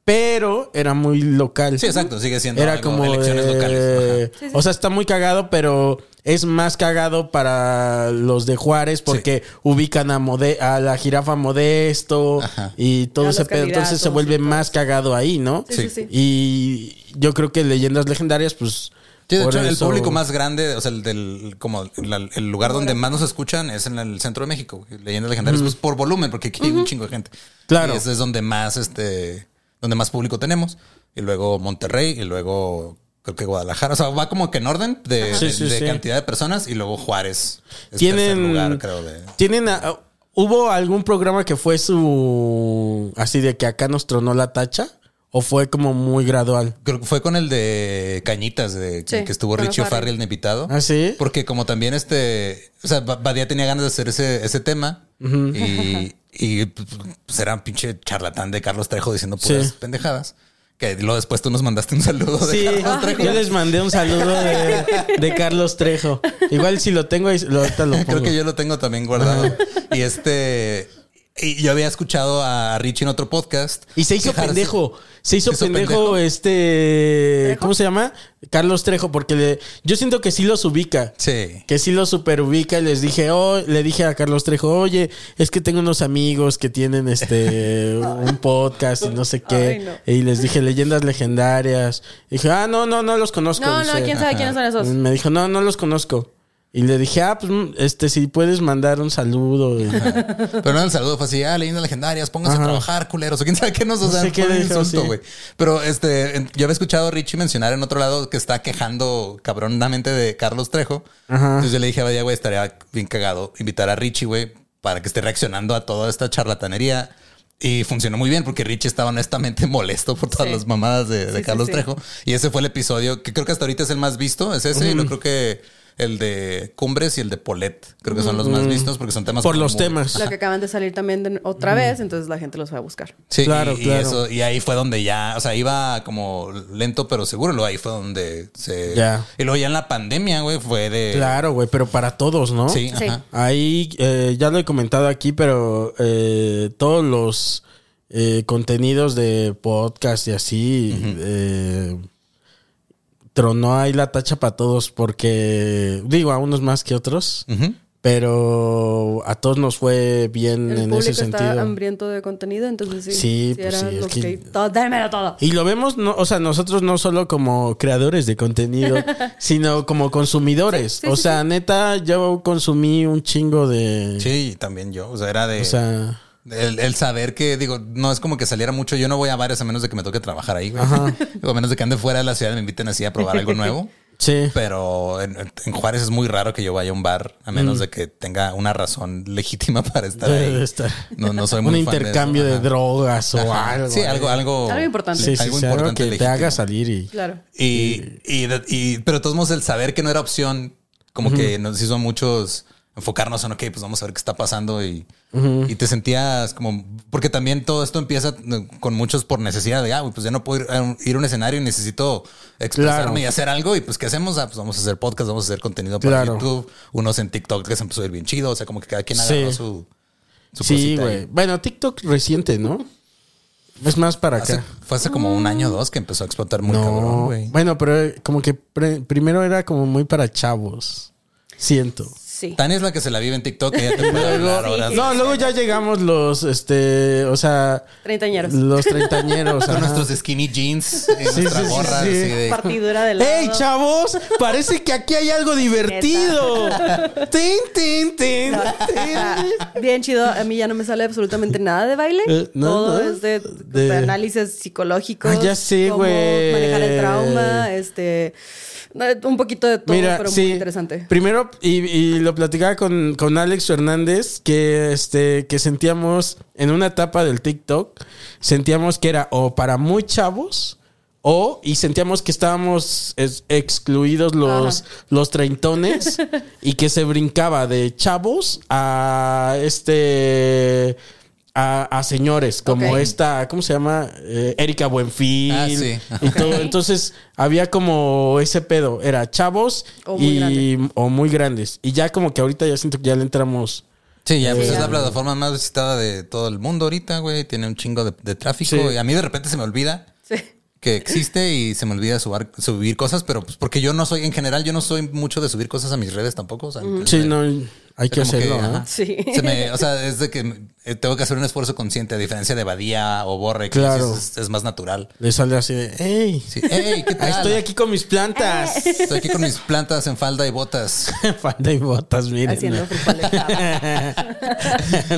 pero era muy local. Sí, exacto, sigue siendo Era algo, como elecciones de- locales. ajá. O sea, está muy cagado, pero es más cagado para los de Juárez porque ubican a, Mode- a la jirafa modesto Ajá. y todo A ese los pedo. Entonces se candidatos vuelve y todo más cagado ahí, ¿no? Sí, sí, sí. Y yo creo que leyendas legendarias, pues. Sí, de por hecho, el eso- público más grande, o sea, el del, como la- el lugar donde más nos escuchan es en el centro de México. güey. Leyendas legendarias, pues por volumen, porque aquí hay un chingo de gente. Claro. Y ese es donde más, este, donde más público tenemos. Y luego Monterrey, y luego creo que Guadalajara. O sea, va como que en orden de, Sí, de- sí, de sí. cantidad de personas. Y luego Juárez. es tercer tienen lugar, creo, de- tienen a- uh, hubo algún programa que fue su así de que acá nos tronó la tacha o fue como muy gradual Creo que fue con el de Cañitas, de, Sí, que estuvo con Richie O'Farrell. O'Farrell el invitado. ¿Ah, sí? Porque como también este, o sea, Ba- Badía tenía ganas de hacer ese, ese tema y, y pues era un pinche charlatán de Carlos Trejo diciendo puras Sí. pendejadas. Que luego después tú nos mandaste un saludo de Sí, Carlos Trejo. yo les mandé un saludo de, de Carlos Trejo. Igual si lo tengo ahí, lo, ahorita lo Creo pongo. que yo lo tengo también guardado. Y este, y yo había escuchado a Richie en otro podcast. Y se hizo quejarse. pendejo. Se hizo, ¿Se hizo pendejo, pendejo? este. ¿Cómo se llama? Carlos Trejo, porque le- yo siento que sí los ubica. Sí. Que sí los superubica. Y les dije, oh, le dije a Carlos Trejo, oye, es que tengo unos amigos que tienen [laughs] este un podcast y no sé qué. Ay, no. Y les dije, leyendas legendarias. Y dije, ah, no, no, no los conozco. No, dice. no, quién sabe quiénes son esos. Me dijo, no, no los conozco. Y le dije, ah, pues, mm, este, si puedes mandar un saludo. eh, Y- Pero no, el saludo fue así, ah, leyendas legendarias, pónganse Ajá. a trabajar, culeros. O quién sabe qué nos o No sea, sé qué fue un dijo, insulto, sí. güey. Pero este, en- yo había escuchado a Richie mencionar en otro lado que está quejando cabronamente de Carlos Trejo. Entonces yo le dije a Badía, güey, estaría bien cagado invitar a Richie, güey, para que esté reaccionando a toda esta charlatanería. Y funcionó muy bien porque Richie estaba honestamente molesto por todas Sí. las mamadas de, de Sí, sí, Carlos sí. Trejo. Y ese fue el episodio que creo que hasta ahorita es el más visto. Es ese. Y yo creo que el de Cumbres y el de Polet creo que son los más vistos porque son temas Por como los muy- temas. Lo que acaban de salir también de- otra vez, entonces la gente los va a buscar. Sí, Claro, y, y claro. eso- y ahí fue donde ya, o sea, iba como lento pero seguro, luego ahí fue donde se... Ya. Y luego ya en la pandemia, güey, fue de... Claro, güey, pero para todos, ¿no? Sí, Sí. ajá. Ahí eh, ya lo he comentado aquí, pero eh, todos los eh, contenidos de podcast y así eh, tronó ahí la tacha para todos, porque digo, a unos más que otros, Ujú. pero a todos nos fue bien El en público ese está sentido. hambriento de contenido, entonces sí. Sí, pues eran sí, es los que- que- todo, dámelo todo. Y lo vemos, no, o sea, nosotros no solo como creadores de contenido, sino como consumidores. o sea, neta, yo consumí un chingo de... Sí, y también yo, o sea, era de... O sea... el, el saber que, digo, no es como que saliera mucho. Yo no voy a bares a menos de que me toque trabajar ahí, güey. [laughs] O a menos de que ande fuera de la ciudad y me inviten así a probar [laughs] algo nuevo. Sí. Pero en, en Juárez es muy raro que yo vaya a un bar a menos de que tenga una razón legítima [laughs] para [laughs] estar Debe ahí. Mm. de estar. No, no soy un muy fan de eso, intercambio de, ajá. drogas o Ajá. ah, algo. eh. Sí, algo, algo. Algo importante. Sí, sí, algo sí, algo importante que te legítimo. haga salir y. Claro. Y, y, de- y- pero de todos modos, el saber que no era opción, como que nos hizo a muchos enfocarnos en, ok, pues vamos a ver qué está pasando y, y te sentías como, porque también todo esto empieza eh, con muchos por necesidad de, ah, pues ya no puedo ir a un, ir a un escenario y necesito expresarme Claro. y hacer algo y pues ¿qué hacemos? Ah, pues vamos a hacer podcast, vamos a hacer contenido para Claro. YouTube, unos en TikTok que se empezó a ir bien chido, o sea, como que cada quien Sí. agarró su... su Sí, cosita güey. ahí. Bueno, TikTok reciente, ¿no? Es más para Hace- acá. fue hace como un año o dos que empezó a explotar muy cabrón, No. güey. Bueno, pero eh, como que pre- primero era como muy para chavos. Siento. Sí. Tania es la que se la vive en TikTok. Ella te puede hablar horas. No, luego ya llegamos los, este, o sea, Treintañeros. los treintañeros. Con ajá. nuestros skinny jeans y nuestra sí, sí, gorra sí. así de- Partidura de lado. [laughs] ¡Ey, [laughs] chavos! Parece que aquí hay algo divertido. ¡Tin, tin, tin! tin. Bien chido. A mí ya no me sale absolutamente nada de baile. Eh, no, Todo no. es de, De- de análisis psicológicos. Ah, ya sé, cómo güey. Manejar el trauma, este. Un poquito de todo, Mira, pero sí. muy interesante. Primero, y, y lo platicaba con, con Alex Fernández, que, este, que sentíamos en una etapa del TikTok, sentíamos que era o para muy chavos, o y sentíamos que estábamos es- excluidos los, los [laughs] treintones y que se brincaba de chavos a este. A, a señores como Ok. esta, ¿cómo se llama? Eh, Erika Buenfil. Ah, sí. Y todo. Entonces había como ese pedo. Era chavos O muy y, o muy grandes. Y ya como que ahorita ya siento que ya le entramos. Sí, ya, pues Sí, es ya. la plataforma más visitada de todo el mundo ahorita, güey. Tiene un chingo de, de tráfico. Sí. Y a mí de repente se me olvida Sí. que existe y se me olvida subar- subir cosas, pero pues porque yo no soy, en general, yo no soy mucho de subir cosas a mis redes tampoco. o sea, Sí, entonces, no, hay que como que, hacerlo. ¿no? ajá. Sí. se me- o sea, es de que eh, tengo que hacer un esfuerzo consciente, a diferencia de Badía o Borre, que Claro. es, es más natural. Le sale así de, ¡Ey! Sí, "Ey, [laughs] ¿qué tal? Estoy aquí con mis [laughs] plantas. Estoy aquí con mis plantas en falda y botas. [laughs] Falda y botas, miren. [laughs] Haciendo frijoles.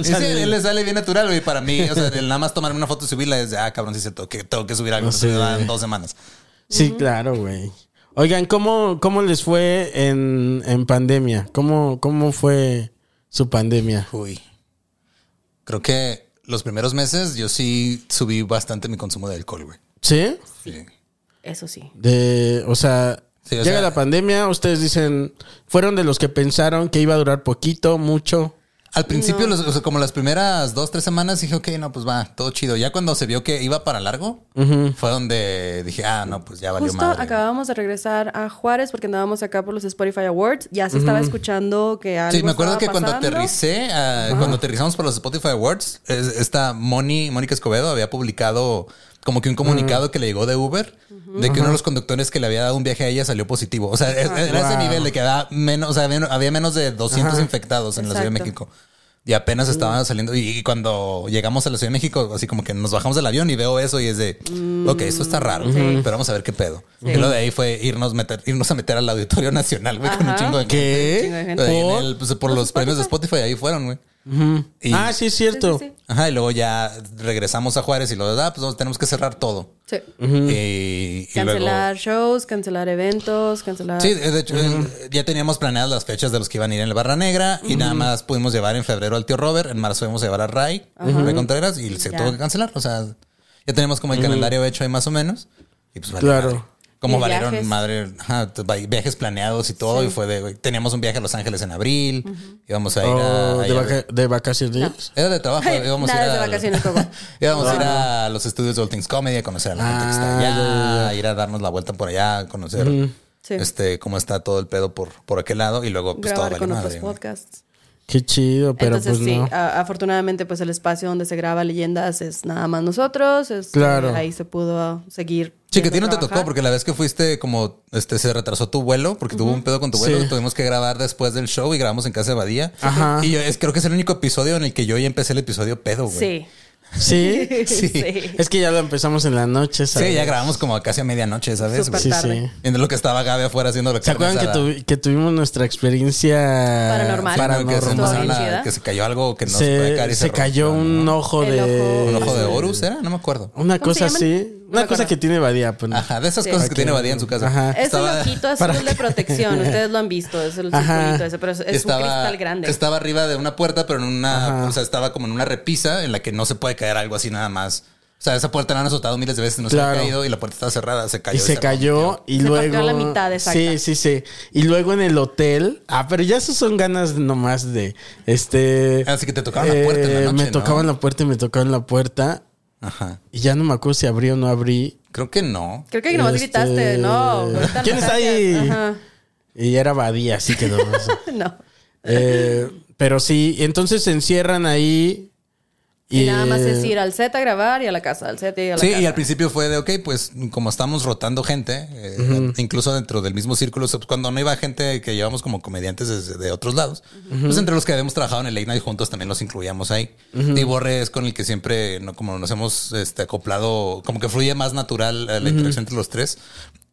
Y sí, él le sale bien natural, güey, para mí. O sea, el nada más tomarme una foto y subirla es de, ah, cabrón, sí, cierto, que tengo que subir algo. No sé. entonces, ah, en dos semanas. Sí, claro, güey. Oigan, ¿cómo, ¿cómo les fue en, en pandemia? ¿Cómo, ¿Cómo fue su pandemia? Uy. Creo que los primeros meses yo sí subí bastante mi consumo de alcohol, güey. ¿Sí? Sí. Eso sí. De, o sea, Sí, o llega sea- la pandemia, ustedes dicen, fueron de los que pensaron que iba a durar poquito, mucho. Al principio, los- o sea, como las primeras dos, tres semanas, dije, ok, no, pues va, todo chido. Ya cuando se vio que iba para largo, fue donde dije, ah, no, pues ya valió Justo madre. acabábamos de regresar a Juárez porque andábamos acá por los Spotify Awards. Ya se estaba escuchando que algo. Sí, me acuerdo que estaba cuando pasando. aterricé, ah, cuando aterrizamos para los Spotify Awards, es- esta Moni, Mónica Escobedo había publicado como que un Mm. comunicado que le llegó de Uber, de que uno de los conductores que le había dado un viaje a ella salió positivo. O sea, es- Ah, era ese Wow. nivel de que había menos, o sea, había, había menos de 200 infectados en la Ciudad de Exacto. México. Y apenas estaban saliendo. Y, y cuando llegamos a la Ciudad de México, así como que nos bajamos del avión y veo eso y es de, Mm. ok, esto está raro, pero vamos a ver qué pedo. Y lo de ahí fue irnos, meter, irnos a meter al Auditorio Nacional, güey, con un chingo de gente. Chingo de ¿Qué? gente. Ahí en ¿Por? el- pues, por los premios de Spotify, ahí fueron, güey. Y- Ah, sí, es cierto. Sí, sí, Ajá, y luego ya regresamos a Juárez y lo de, ah, pues no, tenemos que cerrar todo. Sí. Y, y luego- Cancelar shows, cancelar eventos, cancelar. Sí, de hecho, eh, ya teníamos planeadas las fechas de los que iban a ir en la Barra Negra y nada más pudimos llevar en febrero al tío Robert, en marzo íbamos a llevar a Ray, Ray Contreras, y se Ya. tuvo que cancelar. O sea, ya teníamos como el calendario hecho ahí más o menos. Y pues valió Claro. madre. Como Y valieron viajes. madre, ajá, t- va- viajes planeados y todo, y fue de, güey, teníamos un viaje a Los Ángeles en abril, íbamos a ir a... Oh, ahí de, a- vaca- de vacaciones. Era de trabajo, Ay, íbamos nada a ir de al- vacaciones, Coco. [laughs] íbamos a ir a los estudios de All Things Comedy a conocer a la gente que está Ah, allá, ya, a ir a darnos la vuelta por allá, a conocer Sí. este cómo está todo el pedo por, por aquel lado y luego pues grabar todo con valió otros madre. güey. podcasts. Qué chido, pero Entonces, pues sí, Ah. no. a- afortunadamente, pues el espacio donde se graba leyendas es nada más nosotros. es- Claro. Ahí se pudo seguir. Sí, que a ti no te trabajar. tocó porque la vez que fuiste como este se retrasó tu vuelo porque tuvo un pedo con tu vuelo Sí. y tuvimos que grabar después del show y grabamos en casa de Badía. Ajá. Y yo es, creo que es el único episodio en el que yo ya empecé el episodio pedo, güey. Sí. ¿Sí? [laughs] Sí. [laughs] Es que ya lo empezamos en la noche, ¿sabes? Sí, ya grabamos como casi a medianoche, ¿sabes? Súper güey? Sí, sí. tarde. En lo que estaba Gabe afuera haciendo lo que ¿Se acuerdan que, tuvi- que tuvimos nuestra experiencia Paranormal. Claro, que, se paranormal? Estuvo bien empezaron a- chida. que se cayó algo que no se, puede Se, caer y se rompió, cayó un ¿no? ojo El de... ojo. Un ojo de Horus, ¿era? No me acuerdo. Una ¿Cómo se cosa llaman? así. No me Una cosa acuerdo. que tiene Badía. pues. Ajá, de esas cosas que tiene Badía en su casa. Ajá. Es Estaba- [laughs] el ojito azul para de que- protección. Ustedes lo han visto. Es el Ajá. circulito ese, pero es, es un cristal grande. Estaba arriba de una puerta, pero en una. Ajá. O sea, estaba como en una repisa en la que no se puede caer algo así nada más. O sea, esa puerta la han azotado miles de veces, no se Claro. ha caído y la puerta estaba cerrada, se cayó. Y se cayó y Se luego... partió a la mitad, exacto. Sí, sí, sí. Y luego en el hotel... Ah, pero ya eso son ganas nomás de... Este... eh, Así Ah, que te tocaban la puerta en la noche, Me tocaban ¿no? la puerta y me tocaban la puerta. Ajá. Y ya no me acuerdo si abrí o no abrí. Creo que no. Creo que nomás Este, gritaste, no. Este, ahorita no ¿Quién está gracias". ahí? Ajá. [laughs] Y era Badía, así quedó. [laughs] No. Eh, pero sí, entonces se encierran ahí. Y nada más es eh, ir al set a grabar y a la casa, al set y a la Sí, casa. y al principio fue de, ok, pues como estamos rotando gente, eh, incluso dentro del mismo círculo, o sea, pues, cuando no iba gente que llevamos como comediantes desde- de, otros lados, pues entre los que habíamos trabajado en el Late Night juntos también los incluíamos ahí. Y Borre es con el que siempre, no, como nos hemos este, acoplado, como que fluye más natural eh, la interacción entre los tres.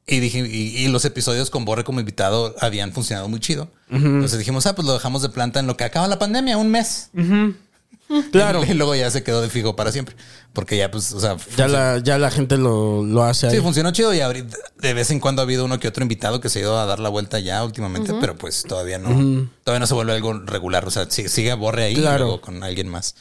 Y dije, y, y los episodios con Borre como invitado habían funcionado muy chido. Entonces dijimos, ah, pues lo dejamos de planta en lo que acaba la pandemia, un mes. Claro, [laughs] Y luego ya se quedó de fijo para siempre. Porque ya, pues, o sea, ya la, ya la gente lo, lo hace ahí. Sí, funcionó chido y ahorita de vez en cuando ha habido uno que otro invitado que se ha ido a dar la vuelta ya últimamente, pero pues todavía no, todavía no se vuelve algo regular. O sea, sí- sigue borre ahí y Claro. luego con alguien más.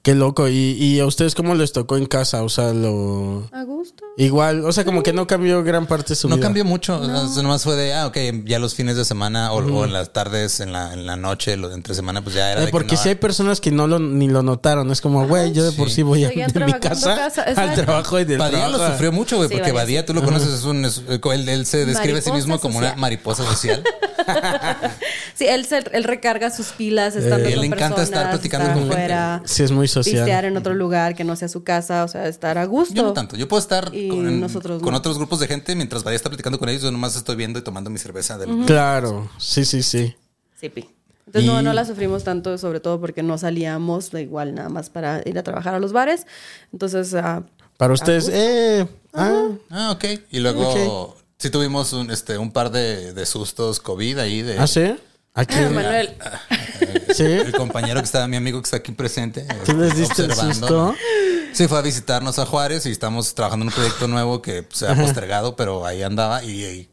Qué loco. ¿Y, ¿Y a ustedes cómo les tocó en casa? O sea, lo... A gusto. Igual, o sea, como que no cambió gran parte de su No vida. cambió mucho, o sea, nomás fue de, ah, ok, ya los fines de semana o, o en las tardes, en la, en la noche, lo de entre semana, pues ya Eh, era... de que porque no- si hay personas que no lo, ni lo notaron, es como, güey, yo de por sí voy a, Seguían de mi trabajando casa, casa, al exacto. trabajo y del Badía trabajo lo a- sufrió mucho, güey, Sí, porque Badía Badía, tú lo conoces, es un, es- él, él se describe a sí Mariposa mismo como una social. mariposa [laughs] social. Sí, él, se- él recarga sus pilas estando Eh, él con le encanta personas, estar platicando estar con gente. afuera, Sí, es muy pistear social. en otro lugar que no sea su casa, o sea, estar a gusto. Yo no tanto. Yo puedo estar Y con, en- nosotros con no. otros grupos de gente mientras Badía está platicando con ellos. Yo nomás estoy viendo y tomando mi cerveza del. Claro, sí, sí, sí. Sí, pi. Entonces no, Y- no la sufrimos tanto, sobre todo porque no salíamos da igual nada más para ir a trabajar a los bares. Entonces, ah, Para ustedes, eh, ah, Ah, ok. Y luego sí tuvimos un, este, un par de, de sustos COVID ahí de ¿ah, sí? ¿A quién? Manuel, ah, ¿Sí? el compañero que está, mi amigo que está aquí presente. [laughs] ¿Tú les diste el susto? observando. Sí, fue a visitarnos a Juárez y estamos trabajando en un proyecto nuevo que se ha postergado, pero ahí andaba y, y-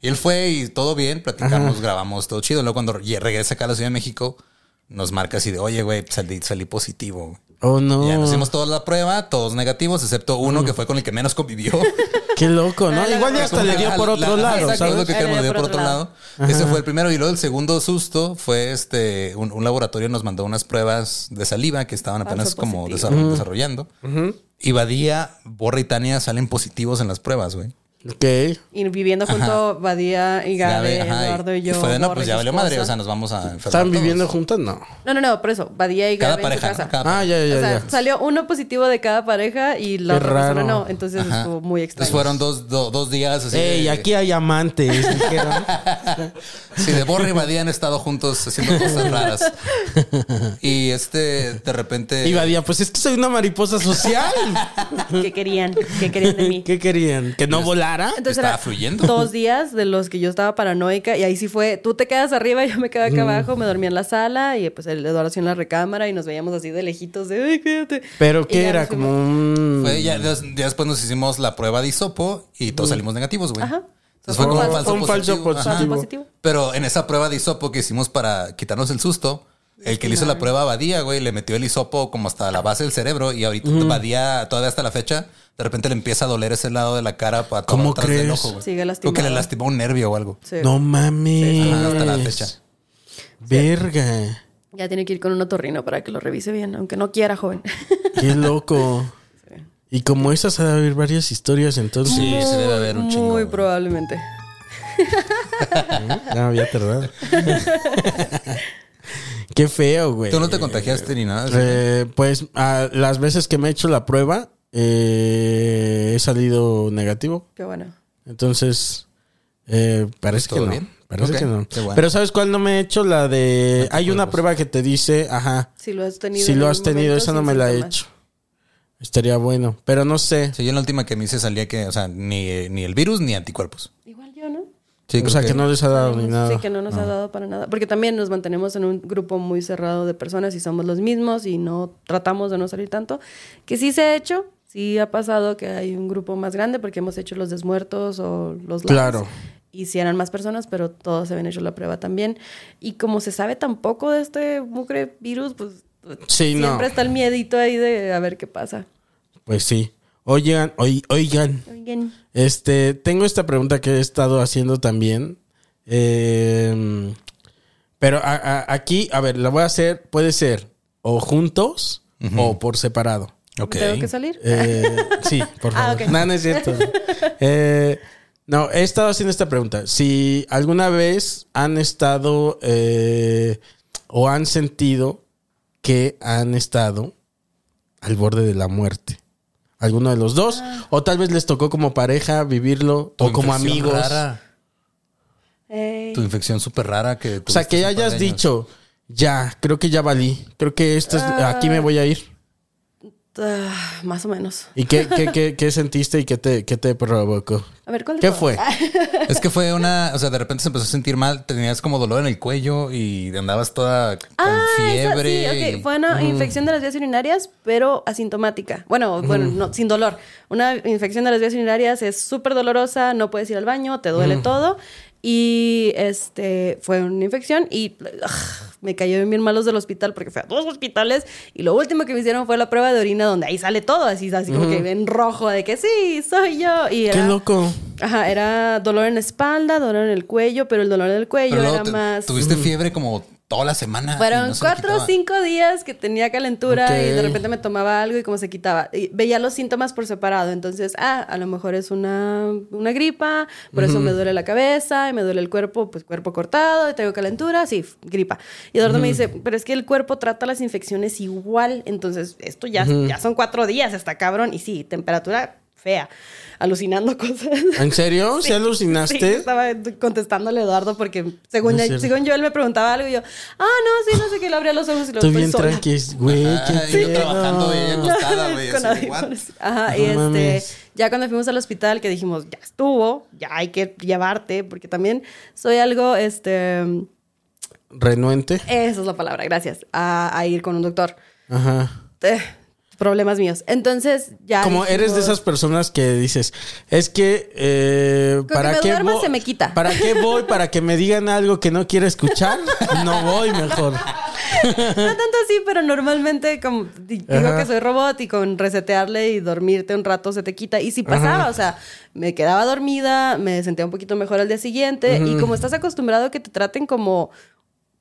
y él fue y todo bien, platicamos, grabamos, todo chido. Luego cuando ye- regresa acá a la Ciudad de México, nos marca así de, oye, güey, salí, salí positivo. Oh, Y Ya no. nos hicimos toda la prueba, todos negativos, excepto uno que fue con el que [laughs] menos convivió. Qué loco, ¿no? Ah, la Igual ya verdad. hasta le dio por La- otro la- lado, exacto, es lo ¿sabes? que queremos, le dio por otro lado. Ese fue el primero. Y luego el segundo susto fue este, un, un laboratorio nos mandó unas pruebas de saliva que estaban apenas Falso como Ah, positivo. desa- desarrollando. Y Badía, Borra y Tania salen positivos en las pruebas, güey. Ok. y viviendo junto Badía y Gabe, Gabe, ajá, Eduardo y yo. fue de, no, Borre y pues su ya valió madre, o esposa. sea, nos vamos a enfermar ¿Están todos. viviendo juntos? No. No, no, no, por eso, Badía y Gabe Cada en pareja, su ¿no? casa. Cada Ah, ya, ya, o sea, ya. salió uno positivo de cada pareja y la Qué otra persona raro. no. Entonces Ajá. estuvo muy extraño. Entonces fueron dos, do- dos días así. Ey, de- aquí hay [laughs] amantes, dijeron. Sí, de Borre y Badía han estado juntos haciendo [laughs] cosas raras. Y este, de repente. Y Badía, pues es que soy una mariposa social. ¿Qué querían? ¿Qué [laughs] querían de mí? ¿Qué querían? ¿Que no volara? Entonces Estaba era fluyendo. Dos días de los que yo estaba paranoica y ahí sí fue, tú te quedas arriba, yo me quedé Mm. acá abajo, me dormía en la sala y pues el Eduardo hacía en la recámara y nos veíamos así de lejitos de, ay, cuídate. Pero Y que ya era nos como fuimos. un... Fue, ya, des- ya después nos hicimos la prueba de hisopo y todos salimos negativos, güey. Ajá. Entonces fue como Fue un un falso, falso positivo. positivo. Ajá. Falso Ah, positivo. Pero en esa prueba de hisopo que hicimos para quitarnos el susto, el que le hizo la prueba a Badía, güey, le metió el hisopo como hasta la base del cerebro y ahorita Badía, todavía hasta la fecha, de repente le empieza a doler ese lado de la cara para todo ¿Cómo atrás del crees? ojo, güey. Sigue Creo que le lastimado. lastimó un nervio o algo. Sí. No mames. Ajá, hasta la fecha. Verga. Ya tiene que ir con un otorrino para que lo revise bien, aunque no quiera, joven. [laughs] Qué loco. Y como esas ha de haber varias historias entonces. Sí, se debe haber un chingo. Muy güey. probablemente. No, había tardado. [laughs] Qué feo, güey. Tú no te contagiaste ni nada. Eh, pues a las veces que me he hecho la prueba, eh, he salido negativo. Qué bueno. Entonces, eh, parece que ¿Todo no. bien? Parece Ok, que no. qué bueno. Pero ¿sabes cuál no me he hecho? La de... Hay una prueba que te dice, ajá, Si lo has tenido. si en lo algún has tenido, momento esa no sin me la he síntomas. hecho. Estaría bueno, pero no sé. Sí, yo en la última que me hice salía que, o sea, ni, ni el virus ni anticuerpos. Igual yo, ¿no? Sí, o creo sea, que, no les ha dado ni nada. Sí, que no nos ha dado para nada. Porque también nos mantenemos en un grupo muy cerrado de personas y somos los mismos y no tratamos de no salir tanto. Que sí se ha hecho, sí ha pasado que hay un grupo más grande porque hemos hecho los desmuertos o los lives. Claro. Y sí eran más personas, pero todos se habían hecho la prueba también. Y como se sabe tan poco de este mucre virus, pues Sí, no. siempre está el miedito ahí de a ver qué pasa. Pues sí. Oigan, oi- oigan, Oigan, este, tengo esta pregunta que he estado haciendo también. Eh, pero a- a- aquí, a ver, la voy a hacer, puede ser o juntos o por separado. Ok. ¿Tengo que salir? Eh, sí, por Ah, favor. ok. No, no es cierto. Eh, no, he estado haciendo esta pregunta. Si alguna vez han estado eh, o han sentido que han estado al borde de la muerte. Alguno de los dos. Ah. O tal vez les tocó como pareja vivirlo o como infección amigos. rara, Ey. Eh, tu infección súper rara que. O sea, tuviste hace que un par hayas de años. dicho, ya, creo que ya valí. Creo que esto es, aquí me voy a ir. Ah, más o menos. ¿Y qué, qué, qué, qué sentiste y qué te, qué te provocó? A ver, ¿cuál de ¿Qué todas? fue? [laughs] Es que fue una. O sea, de repente se empezó a sentir mal. Tenías como dolor en el cuello y andabas toda con Ah, esa, fiebre. sí, y- ok. Fue una Mm. infección de las vías urinarias, pero asintomática. Bueno, bueno, Mm. no, sin dolor. Una infección de las vías urinarias es súper dolorosa, no puedes ir al baño, te Mm. duele todo. Y este fue una infección y ugh, me cayeron bien malos del hospital porque fui a dos hospitales y lo último que me hicieron fue la prueba de orina donde ahí sale todo, así, así como que en rojo de que sí, soy yo. Y Mm. Qué era- loco. Ajá, era dolor en la espalda, dolor en el cuello, pero el dolor del cuello Pero luego era te- más. Tuviste fiebre como toda la semana. y Fueron no se te cuatro o quitaba. cinco días que tenía calentura y Ok. de repente me tomaba algo y como se quitaba. Y veía los síntomas por separado. Entonces, ah, a lo mejor es una, una gripa, por eso me duele la cabeza y me duele el cuerpo, pues cuerpo cortado y tengo calentura, sí, f- gripa. Y Eduardo me dice, pero es que el cuerpo trata las infecciones igual. Entonces, esto ya, ya son cuatro días, está cabrón. Y sí, temperatura fea, alucinando [laughs] cosas. ¿En serio? ¿Se Sí, alucinaste? estaba contestándole a Eduardo porque según, No es él- cierto. según yo él me preguntaba algo y yo, ah, no, sí, no sé qué, le abría los ojos y lo Estoy pues, bien sola. tranqui, güey. qué Ajá, y yo pedo. trabajando y ella acostada, güey. [laughs] Con así de, "What?" audífonos. Ajá, No y este, mames. ya cuando fuimos al hospital que dijimos, ya estuvo, ya hay que llevarte, porque también soy algo, este, Renuente. esa es la palabra, gracias, a, a ir con un doctor. Ajá. Eh, problemas míos. Entonces, ya. Como eres de dijimos- esas personas que dices, es que eh, que para me qué duerma vo- se me quita. ¿Para qué voy? ¿Para que me digan algo que no quiero escuchar? No voy mejor. No tanto así, pero normalmente como di- digo Ajá. que soy robot y con resetearle y dormirte un rato se te quita. Y si pasaba, o sea, me quedaba dormida, me sentía un poquito mejor al día siguiente. Y como estás acostumbrado a que te traten como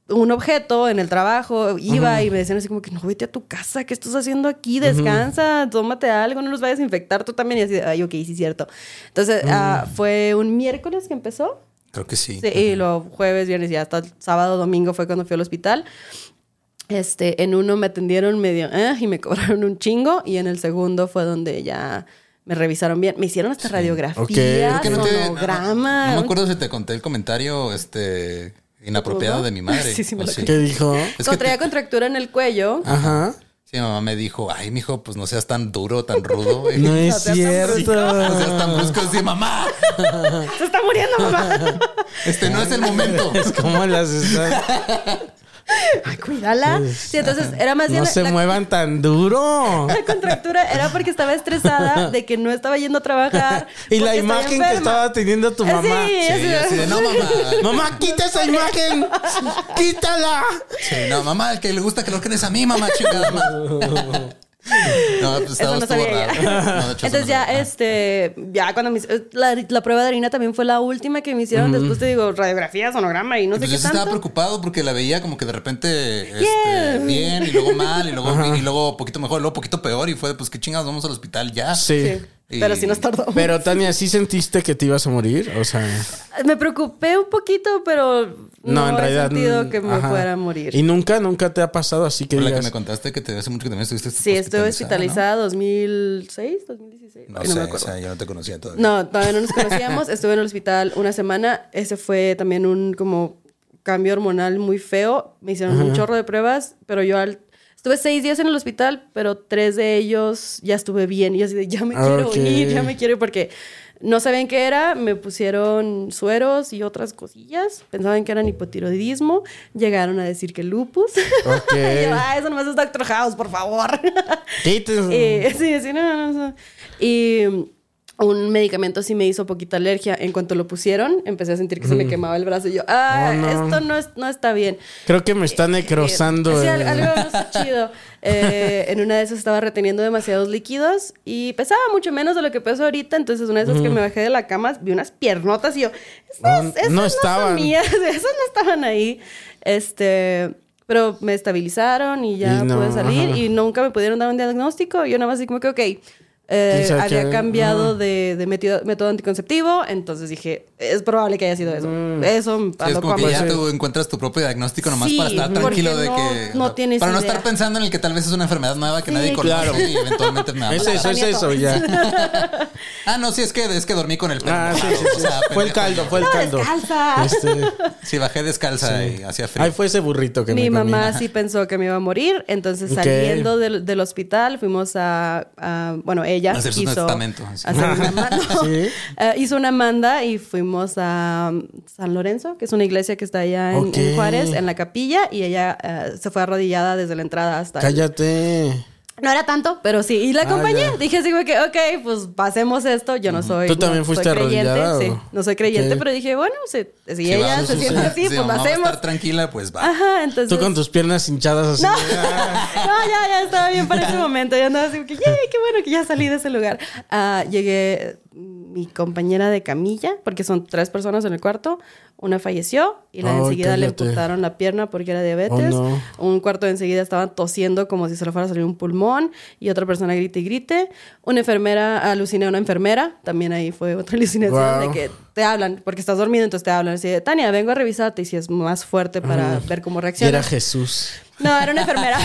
un objeto en el trabajo, iba y me decían así como que no vete a tu casa, ¿qué estás haciendo aquí? Descansa, tómate algo, no nos vayas a infectar tú también. Y así, de, ay, ok, sí, cierto. Entonces, ah, fue un miércoles que empezó. Creo que sí. Sí, y los jueves, viernes y hasta el sábado, domingo fue cuando fui al hospital. Este, en uno me atendieron medio eh, y me [laughs] cobraron un chingo y en el segundo fue donde ya me revisaron bien. Me hicieron hasta radiografías, Ok. Creo que no te- no- sonograma. No me acuerdo si te conté el comentario este inapropiado ¿Todo? de mi madre. [laughs] Sí, sí, me ¿O lo ¿Qué dijo? Es que Contraía te- contractura en el cuello. Ajá. sí, mi mamá me dijo, ay, mijo, pues no seas tan duro, tan rudo. güey. No es seas tan cierto. [laughs] No seas tan brusco. Sí, mamá, Ah. [laughs] Se está [laughs] muriendo, mamá. [laughs] este no es el momento. Es como las están- Ay, cuídala. Sí, entonces era más bien No se la- muevan tan [laughs] duro. la contractura era porque estaba estresada de que no estaba yendo [laughs] a trabajar. Y la porque estaba imagen que enferma. estaba teniendo tu Sí, mamá. es- Sí, yo así de, no, mamá. Mamá, quita esa [laughs] imagen. Quítala. Sí, no, mamá, el que le gusta que lo crees a mí, mamá, chingada. madre. [laughs] No, pues Eso estaba no estuvo sabía ella. raro. No, de hecho, eso no Entonces ya, sabía. este, ya cuando me hice- la, la prueba de orina también fue la última que me hicieron. Después te digo, radiografía, sonograma y no sé Pues yo qué sí estaba tanto. preocupado porque la veía como que de repente este, Yeah. bien y luego mal y luego, y luego poquito mejor, luego poquito peor y fue de, pues qué chingados vamos al hospital ya. Sí. Sí, Y- Pero sí nos tardó. Pero Tania, ¿sí sentiste que te ibas a morir? O sea, Me preocupé un poquito, pero no, no, en realidad. mm, he sentido que me ajá. fuera a morir. Y nunca, nunca te ha pasado así que Por la que digas. me contaste que te hace mucho que también estuviste Sí, estoy ¿no? hospitalizada 2006, 2016. No, ay, sé, me o acuerdo. sea, yo no te conocía todavía. No, todavía no nos [laughs] conocíamos. Estuve en el hospital una semana. Ese fue también un como cambio hormonal muy feo. Me hicieron un chorro de pruebas, pero yo al... Estuve seis días en el hospital, pero tres de ellos ya estuve bien. Y yo así de, ya me Ah, quiero ok. ir, ya me quiero ir, porque no sabían qué era. Me pusieron sueros y otras cosillas. Pensaban que eran hipotiroidismo. Llegaron a decir que lupus. Ok. [laughs] Y yo, ah, eso nomás es Doctor House, por favor. [laughs] Quítese. Eh, sí, sí, no, no, no. Y mm, un medicamento sí me hizo poquita alergia. En cuanto lo pusieron, empecé a sentir que se me quemaba el brazo. Y yo, ah, Oh, no. esto Mm. no, es- no está bien. Creo que me está necrosando. eh, Sí, el- al- [laughs] algo no está chido. Eh, en una de esas estaba reteniendo demasiados líquidos y pesaba mucho menos de lo que peso ahorita. Entonces, una de esas que me bajé de la cama, vi unas piernotas y yo, No, esas, esas no no, estaban. son mías, [laughs] esas no estaban ahí. Este, pero me estabilizaron y ya Y no, pude salir ajá. y nunca me pudieron dar un diagnóstico. Yo nada más así como que, ok, eh, ¿Quién sabe había qué? cambiado Ah. de, de metido- método anticonceptivo, entonces dije, es probable que haya sido eso. Mm. Eso a Sí, es lo como que cual- ya tú encuentras tu propio diagnóstico nomás Sí, para estar porque tranquilo de no- que. no tienes Para no idea. estar pensando en el que tal vez es una enfermedad nueva que Sí, nadie conoce claro. y eventualmente [laughs] me va a Es matar. eso, es eso, ya. Ah, no, sí, es que, es que dormí con el [laughs] perro. Ah, sí, mojado, sí, [laughs] o sí. sea, Fue el pendejo. caldo, fue el caldo. descalza. Este, Sí, bajé descalza y hacía frío. ahí fue ese burrito que me Mi comí. mamá sí pensó que me iba a morir, entonces Ok. saliendo del, del hospital fuimos a, a- bueno, ella Hacerse un hizo testamento, así. hacer [laughs] una manda, no, Sí. eh, hizo una manda y fuimos a um, San Lorenzo, que es una iglesia que está allá en, en Ok. Juárez, en la capilla, y ella eh, se fue arrodillada desde la entrada hasta... Cállate. No era tanto, pero sí, y la Ah, acompañé. ya. Dije así como que, ok, pues pasemos esto, yo no soy... ¿Tú no también fuiste soy creyente, arrodillada, Sí, o? no soy creyente, Ok. pero dije, bueno, si, si Sí, ella va, se sí, siente sí. así, Sí, pues lo mamá va a hacemos. estar tranquila, pues va. Ajá, entonces... Tú con tus piernas hinchadas así. No. [laughs] no, ya, ya estaba bien para ese momento. Ya andaba así, que, "Yay, qué bueno que ya salí de ese lugar. Ah, llegué, mm, mi compañera de camilla, porque son tres personas en el cuarto, una falleció y la de Ay, enseguida cállate. le amputaron la pierna porque era diabetes. Oh, Un cuarto de enseguida estaban tosiendo como si se le fuera a salir un pulmón y otra persona grite y grite. Una enfermera, aluciné a una enfermera, también ahí fue otra [laughs] alucinación Wow. de que te hablan porque estás dormido, entonces te hablan así de, Tania, vengo a revisarte y si es más fuerte [laughs] para ver cómo Y era reaccionas. Jesús. No, era [laughs] una enfermera.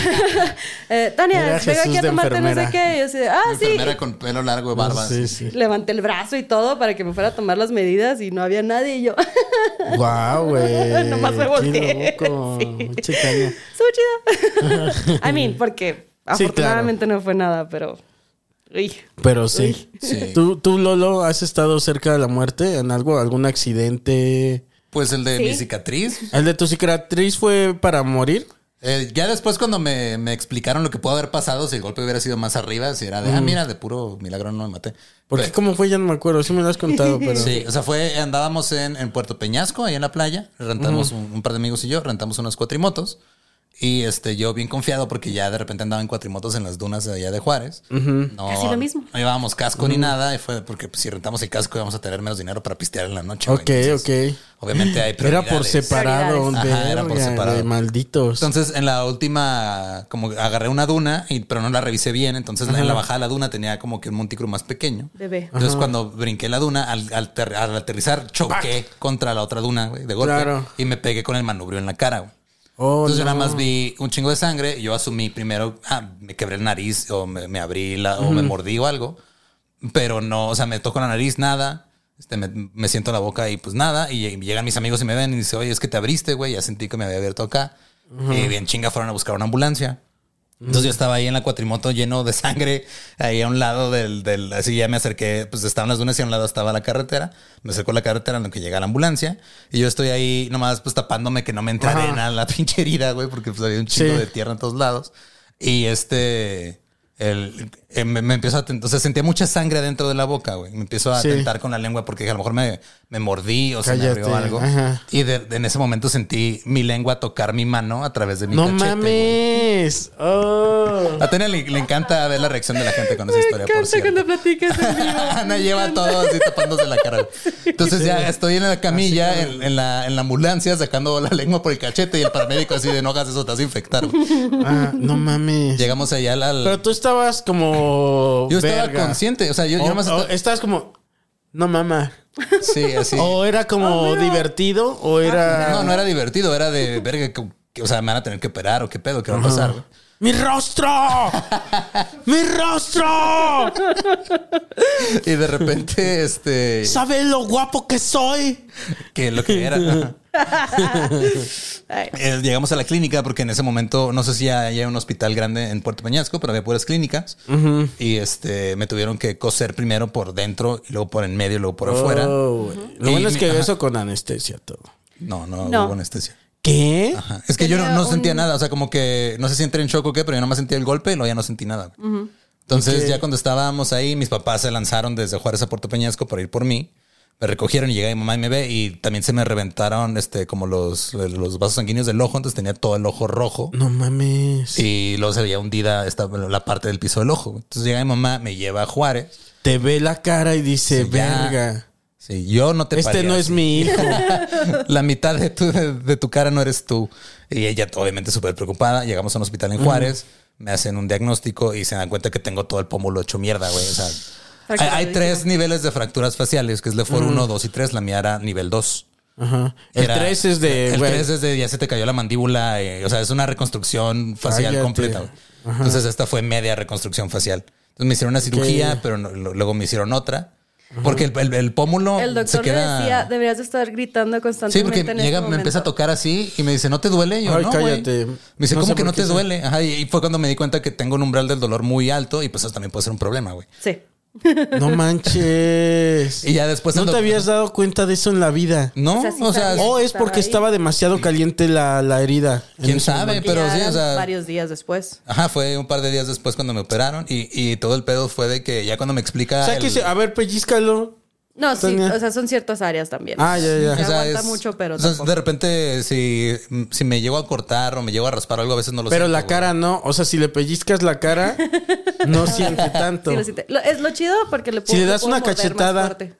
Eh, Tania, Era vengo aquí Jesús a de tomarte no sé enfermera. qué. Y yo así de, ah, Una sí. enfermera con pelo largo y barba. Sí, sí. así. Levanté el brazo y todo para que me fuera a tomar las medidas y no había nadie. Y yo, [laughs] Guau, Eh, güey. Nomás me Qué volteé. loco. [laughs] Sí. Che, caña. estuvo chido. [laughs] I mean, porque claro. afortunadamente no fue nada, pero... Uy. Pero sí. Sí. ¿Tú, ¿Tú, Lolo, has estado cerca de la muerte en algo? ¿Algún accidente? Pues el de Sí. mi cicatriz. ¿El de tu cicatriz fue para morir? Eh, ya después cuando me, me explicaron lo que pudo haber pasado, si el golpe hubiera sido más arriba, si era de, ah, mira, de puro milagro no me maté. Pues, Porque Pero- cómo fue, ya no me acuerdo. Sí me lo has contado, pero... Sí, o sea, fue, andábamos en, en Puerto Peñasco, ahí en la playa, rentamos un, un par de amigos y yo, rentamos unas cuatrimotos. Y este, yo bien confiado porque ya de repente andaba en cuatrimotos en las dunas de allá de Juárez. no, Casi lo mismo. No llevábamos casco ni nada, y fue porque pues, si rentamos el casco íbamos a tener menos dinero para pistear en la noche. güey. Ok, Entonces, ok. Obviamente hay [gasps] Era por prioridades. separado. Prioridades. Ajá, era por verga, separado. güey, malditos. Entonces, en la última, como agarré una duna, y, pero no la revisé bien. Entonces, en la bajada de la duna tenía como que un montículo más pequeño. Bebé. Entonces, cuando brinqué la duna, al, al ter- al aterrizar, choqué contra la otra duna güey, de golpe Claro. y me pegué con el manubrio en la cara. güey. Oh, Entonces, yo no. nada más vi un chingo de sangre. y Yo asumí primero, ah, me quebré el nariz o me, me abrí la, o me mordí o algo. Pero no, o sea, me toco la nariz, nada. Este, me, me siento la boca y pues nada. Y, lleg- llegan mis amigos y me ven y dicen, oye, es que te abriste, güey. Ya sentí que me había abierto acá. Y bien chinga fueron a buscar una ambulancia. Entonces Mm. yo estaba ahí en la cuatrimoto lleno de sangre, ahí a un lado del, del, así ya me acerqué, pues estaban las dunas y a un lado estaba la carretera, me acercó a la carretera en lo que llega la ambulancia y yo estoy ahí nomás pues tapándome que no me entra arena en la [laughs] pinche herida, güey, porque pues había un chingo Sí. de tierra en todos lados y este, el, eh, me, me empiezo a, tent- o sea, sentía mucha sangre dentro de la boca, güey, me empiezo a Sí. tentar con la lengua porque dije, a lo mejor me, me mordí o se me abrió Cállate, algo ajá. y de- de- en ese momento sentí mi lengua tocar mi mano a través de mi No cachete. güey. mames. Oh. A Tania le, le encanta ver la reacción de la gente con esa historia, por Canta [laughs] cuando [laughs] cierto. platicas en vivo. Ana lleva todo así tapándose la cara. Entonces ya estoy en la camilla, en, en la, en la ambulancia, sacando la lengua por el cachete y el paramédico así de no hagas eso, te vas a infectar. güey". Ah, no mames. Llegamos allá al... al- Pero tú estabas como... yo estaba verga. Oh, eh. consciente, o sea, yo, yo O- nomás... o estaba- estabas como... No mamá. sí, así. O era como divertido o era... No, no era divertido, era de verga, que- que- o sea, me van a tener que operar o qué pedo, qué va a pasar. güey? ¡Mi rostro! ¡Mi rostro! Y de repente, este... ¿Sabes lo guapo que soy? que lo que era. [laughs] Ay. Eh, Llegamos a la clínica porque en ese momento no sé si hay un hospital grande en Puerto Peñasco, pero había puras clínicas. Y este me tuvieron que coser primero por dentro y luego por en medio y luego por afuera. Oh, güey. Lo Y bueno es mi- que ajá. eso con anestesia todo. No, no, No. hubo anestesia. ¿Qué? Ajá. Es que yo no, Tenía no sentía un- nada, o sea, como que no sé si entré en shock o qué, pero yo nomás sentía el golpe y luego ya no sentí nada. güey. Entonces, ya cuando estábamos ahí, mis papás se lanzaron desde Juárez a Puerto Peñasco para ir por mí. Me recogieron y llegué, mi mamá y me ve, y también se me reventaron este, como los, los vasos sanguíneos del ojo, entonces tenía todo el ojo rojo. No mames. Y luego se veía hundida esta, la parte del piso del ojo. güey. Entonces llega mi mamá, me lleva a Juárez. Te ve la cara y dice, Sí, ya. verga. Sí, yo no te Este parí no así. es mi [laughs] hijo. La mitad de tu, de, de tu cara no eres tú. Y ella, obviamente, súper preocupada. Llegamos a un hospital en Juárez. me hacen un diagnóstico y se dan cuenta que tengo todo el pómulo hecho mierda, güey. O sea, hay, hay Fracturadísimo. tres niveles de fracturas faciales, que es lefor 1, 2 y 3. La mía era nivel 2. Ajá. Mm. El Era- 3 es de. El güey, 3 es de ya se te cayó la mandíbula. eh, o sea, es una reconstrucción facial Cállate. completa. güey. Ajá. Entonces, esta fue media reconstrucción facial. Entonces, me hicieron una cirugía, pero no- lo- luego me hicieron otra. Porque el, el- el pómulo El se doctor queda. me decía, deberías de estar gritando Sí, constantemente. porque en este llega, me empieza a tocar así y me dice, ¿no te duele? Y Yo, Ay, no, güey". cállate. Me dice, No ¿cómo sé que por no qué te se- duele? Ajá, y y fue cuando me di cuenta que tengo un umbral del dolor muy alto y pues eso también puede ser un problema, güey. Sí. No manches. [laughs] Y ya después el No te doc- habías dado cuenta de eso en la vida. No, O sea, sí o sea, sabía. O es Estaba porque ahí. estaba demasiado caliente la, la herida. en quién ese sabe, momento. Que pero ya sí, o eran sea. varios días después. Ajá, fue un par de días después cuando me operaron y, y todo el pedo fue de que ya cuando me explica... O sea, que el- se- a ver, pellizcalo. No, sí, Tania. o sea, son ciertas áreas también. Ah, ya, ya. Se o sea, aguanta es- mucho, pero o sea, tampoco. de repente si, si me llego a cortar o me llego a raspar o algo, a veces no lo Pero siento, la güey. cara no. O sea, si le pellizcas la cara, no [laughs] siente tanto. Sí, lo siente. Lo- es lo chido porque le puedo, le das puedo una morder más cachetada. fuerte.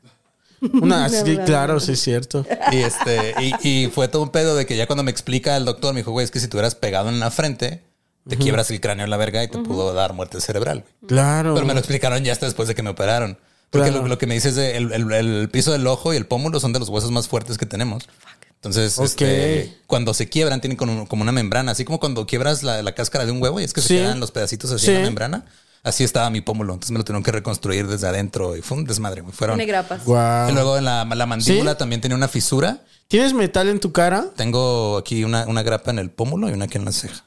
Una, [laughs] No, sí, no, claro, no. sí es [laughs] cierto. Y, este, y, y fue todo un pedo de que ya cuando me explica el doctor, me dijo, güey, es que si te hubieras pegado en la frente, te quiebras el cráneo en la verga y te pudo dar muerte cerebral. güey. Claro. Pero me lo explicaron ya hasta después de que me operaron. Porque Claro. lo, lo que me dices de el, el- el piso del ojo y el pómulo son de los huesos más fuertes que tenemos. Entonces, Ok. este, cuando se quiebran, tienen como, un- como una membrana, así como cuando quiebras la, la cáscara de un huevo y es que Sí. se quedan los pedacitos así Sí. en la membrana. Así estaba mi pómulo. Entonces me lo tuvieron que reconstruir desde adentro y fue un desmadre. güey. Fueron. Tiene grapas. Guau. Y luego en la, la mandíbula también tenía una fisura. ¿Tienes metal en tu cara? Tengo aquí una, una grapa en el pómulo y una aquí en la ceja.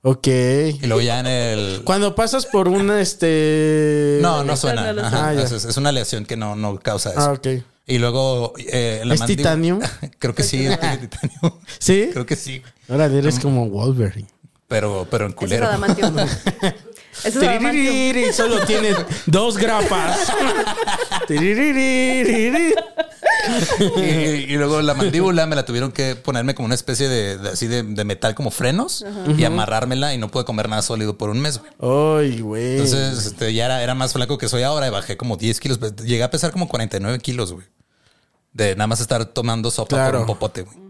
Ok. Y luego ya en el. Cuando pasas por una, este. No, no Eso suena. no lo Ajá, sé. Ah, ya. es, es una aleación que no, no causa eso. Ah, ok. Y luego. eh, la ¿Es mandíbula- titanio? [laughs] Creo que sí, es Ah. titanio. ¿Sí? Creo que Mm. sí. Ahora eres como Wolverine. Pero, pero en Eso es culero. adamantium. Eso es adamantium. [laughs] Tiririri, solo tiene dos grapas. Tiririri. [laughs] y, y luego la mandíbula me la tuvieron que ponerme como una especie de, de- así de, de metal como frenos y amarrármela y no pude comer nada sólido por un mes. güey. Ay, güey. Entonces este, ya era, era más flaco que soy ahora y bajé como 10 kilos. Pues, Llegué a pesar como 49 kilos, güey. De nada más estar tomando sopa Claro. por un popote, güey.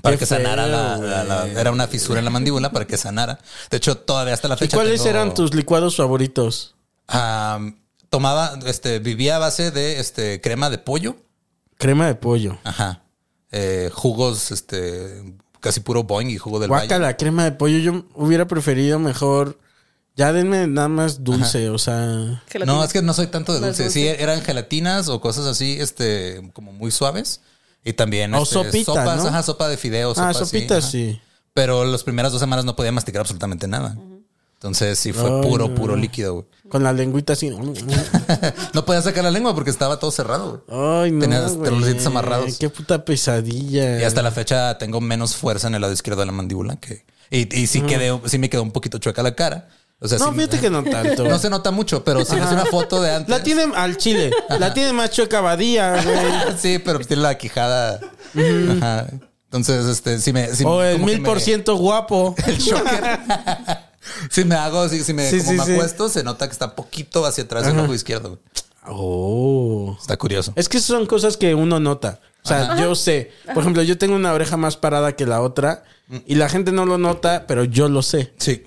Para Qué que sanara la, feo, la- la- Era una fisura en la mandíbula para que sanara. De hecho, todavía hasta la ¿Y fecha. cuáles tengo- eran tus licuados favoritos? Am, tomaba, este, vivía a base de este, crema de pollo. Crema de pollo. Ajá. Eh, jugos, este, casi puro boing y jugo del Guaca valle. la crema de pollo. Yo hubiera preferido mejor. Ya denme nada más dulce, o sea. Gelatina. No, es que no soy tanto de No es dulce. Sí, eran gelatinas o cosas así, este, como muy suaves. Y también O este, sopita, sopas, ¿no? ajá, sopa de fideos. Ah, sopitas, ajá. sí. Pero las primeras dos semanas no podía masticar absolutamente nada. Entonces sí fue Ay, puro, no. puro líquido, güey. [laughs] Con la lengüita así. no podía sacar la lengua porque estaba todo cerrado, güey. Ay, no. Tenías güey. los dientes amarrados. Qué puta pesadilla. Y hasta la fecha tengo menos fuerza en el lado izquierdo de la mandíbula que. Y, y sí quedé, sí me quedó un poquito chueca la cara. O sea, No, sí me- fíjate que [laughs] no tanto. No se nota mucho, pero si ves una foto de antes. La tiene al chile. La tiene más chueca Badía, güey. [laughs] sí, pero tiene la quijada. Ajá. Entonces, este, si me. Si O el como que mil por me- ciento guapo. [laughs] El shocker. si me hago, si, si me, Sí, como sí, me sí. acuesto, se nota que está poquito hacia atrás del ojo izquierdo. güey. Oh. Está curioso. Es que son cosas que uno nota. O sea, yo sé. Por ejemplo, yo tengo una oreja más parada que la otra Mm. y la gente no lo nota, pero yo lo sé. Sí.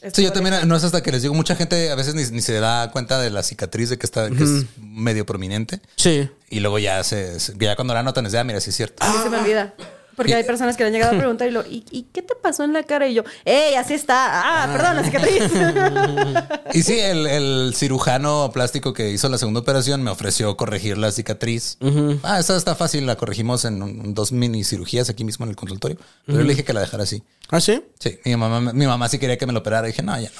Es Sí, yo por también, no es hasta que les digo, mucha gente a veces ni, ni se da cuenta de la cicatriz de que está, que es medio prominente. Sí. Y luego ya se, se- ya cuando la notan es de, ah, mira, sí es cierto. A mí se me olvida. Porque hay personas que le han llegado a preguntar y lo, ¿y, y qué te pasó en la cara? Y yo, ¡ey, así está! ¡Ah, perdón, la cicatriz! Y sí, el, el cirujano plástico que hizo la segunda operación me ofreció corregir la cicatriz. Ah, esa está fácil, la corregimos en un- dos mini cirugías aquí mismo en el consultorio. Pero yo le dije que la dejara así. ¿Ah, sí? Sí, mi mamá, mi mamá sí quería que me lo operara. Dije, no, ya no.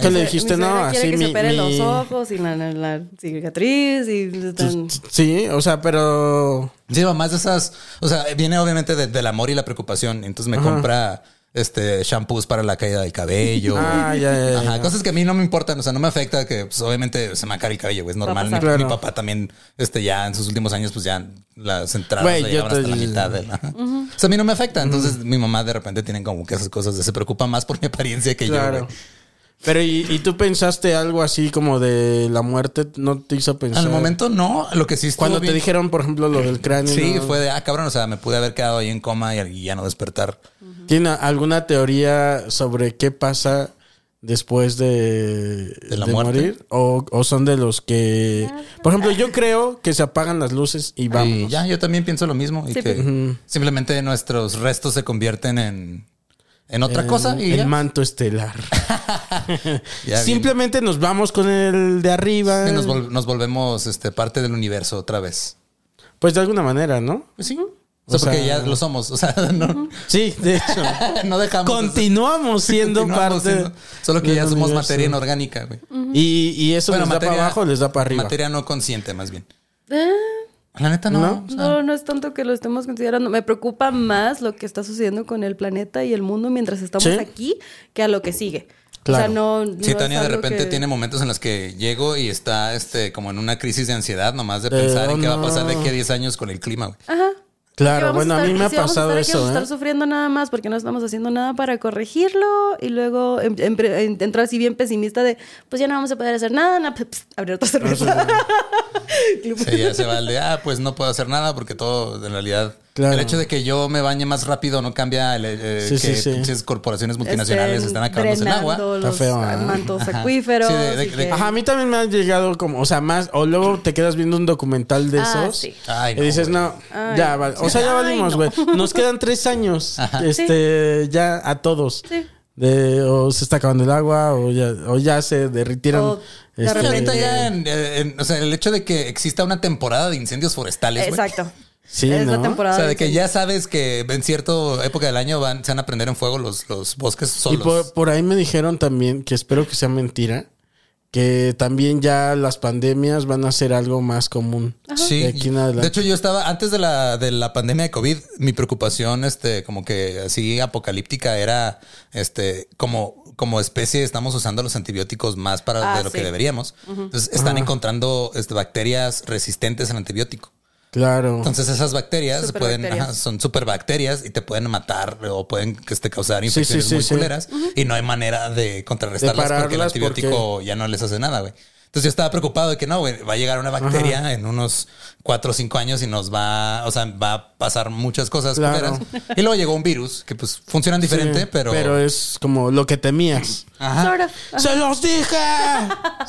¿Qué [laughs] le Mi dijiste? suegra No, quiere así que se mi... operen mi- Pues, los ojos y la, la- la cicatriz y tan- Sí, o sea, pero... Sí, mamá es de esas. O sea, viene obviamente de- del amor y la preocupación. Entonces me compra este shampoos para la caída del cabello. Ah, ya, ya, ya, Ajá, ya. Cosas que a mí no me importan. O sea, no me afecta que pues, obviamente se me cae el cabello. güey, Es normal. Mi, pasar. Claro. mi papá también, este, ya en sus últimos años, pues ya las entradas Güey, le yo llegaban hasta la te- mitad. de la- O sea, a mí no me afecta. Entonces mi mamá de repente tiene como que esas cosas de se preocupa más por mi apariencia que yo. Claro. güey. Pero ¿y, y tú pensaste algo así como de la muerte? ¿No te hizo pensar? Al momento no. Lo que sí estuvo Cuando te bien- dijeron, por ejemplo, lo del cráneo. Sí, ¿no? fue de, ah, cabrón, o sea, me pude haber quedado ahí en coma y, y ya no despertar. ¿Tiene alguna teoría sobre qué pasa después de, De la muerte. morir? O, o son de los que... Por ejemplo, yo creo que se apagan las luces y vamos. Y ya, yo también pienso lo mismo. Y Sí, que pues. simplemente nuestros restos se convierten en, en otra cosa. Y el ya. manto estelar. [laughs] Ya Simplemente nos vamos con el de arriba. bien. Y nos, vol- nos volvemos este, parte del universo otra vez. Pues de alguna manera, ¿no? Pues sí. O sea, O sea, porque ya lo somos. O sea, [laughs] no, Sí, de hecho. no [laughs] dejamos. Continuamos siendo Continuamos parte. siendo- solo que del ya somos universo. materia inorgánica, güey. Y, y eso les da para abajo o les da para arriba. Materia no consciente, más bien. Ah. La neta no. ¿No? o sea, No, no es tanto que lo estemos considerando. Me preocupa más lo que está sucediendo con el planeta y el mundo mientras estamos Sí. aquí que a lo que sigue. O sea, Claro. no. no Sí, es Tania de algo repente que- tiene momentos en los que llego y está este como en una crisis de ansiedad nomás de De, pensar en oh, qué va a pasar de no. aquí a 10 años con el clima, güey. Ajá. Que Claro, vamos bueno, a estar- mí me ha si vamos a pasado estar aquí, eso. Vamos a ¿eh? estar sufriendo nada más porque no estamos haciendo nada para corregirlo y luego em- empre- en- entro así bien pesimista de pues ya no vamos a poder hacer nada, na- pss, pss, abrir otra cerveza. [laughs] [laughs] este, Sí, ya se va el de, ah, pues no puedo hacer nada porque todo en realidad... Claro. El hecho de que yo me bañe más rápido no cambia el, eh, Sí, sí, que sí. pinches corporaciones multinacionales Estén están acabándose el agua. drenando Está los feo, ¿eh? mantos Ajá. acuíferos. Sí, de- de- y de- que- Ajá, a mí también me han llegado como, o sea, más, o luego te quedas viendo un documental de Ah, esos. sí. Ay, y dices, güey. no, ya, val- o sea, ya Ay, valimos, no. güey. Nos quedan tres [laughs] años, este, ya a todos. Sí. De, o se está acabando el agua, o ya, o ya se derritieron. O de este, Sí, ahorita repente- ya en- eh, en- o sea, el hecho de que exista una temporada de incendios forestales, güey. Exacto. Sí, es la ¿no? O temporada. sea, de de que ya sabes que en cierta época del año van, se van a prender en fuego los, los bosques Y solos. por, por ahí me dijeron también, que espero que sea mentira, que también ya las pandemias van a ser algo más común. Sí. De aquí en adelante. De hecho, yo estaba antes de la, de la pandemia de COVID, mi preocupación, este, como que así apocalíptica, era este, como, como especie, estamos usando los antibióticos más para Ah, de lo que sí. deberíamos. Entonces, Ah. están encontrando este, bacterias resistentes al antibiótico. claro. Entonces, esas bacterias pueden, Superbacterias. ajá, son superbacterias y te pueden matar o pueden este, causar infecciones sí, muy sí. culeras y no hay manera de contrarrestarlas De porque el pararlas, antibiótico ya no les hace nada, güey. Entonces yo estaba preocupado de que no, güey, va a llegar una bacteria en unos cuatro o cinco años y nos va, o sea, va a pasar muchas cosas Claro. culeras. Y luego llegó un virus que pues funcionan diferente, Sí, pero, Pero es como lo que temías. Ajá. Sort of. ¡Se los dije!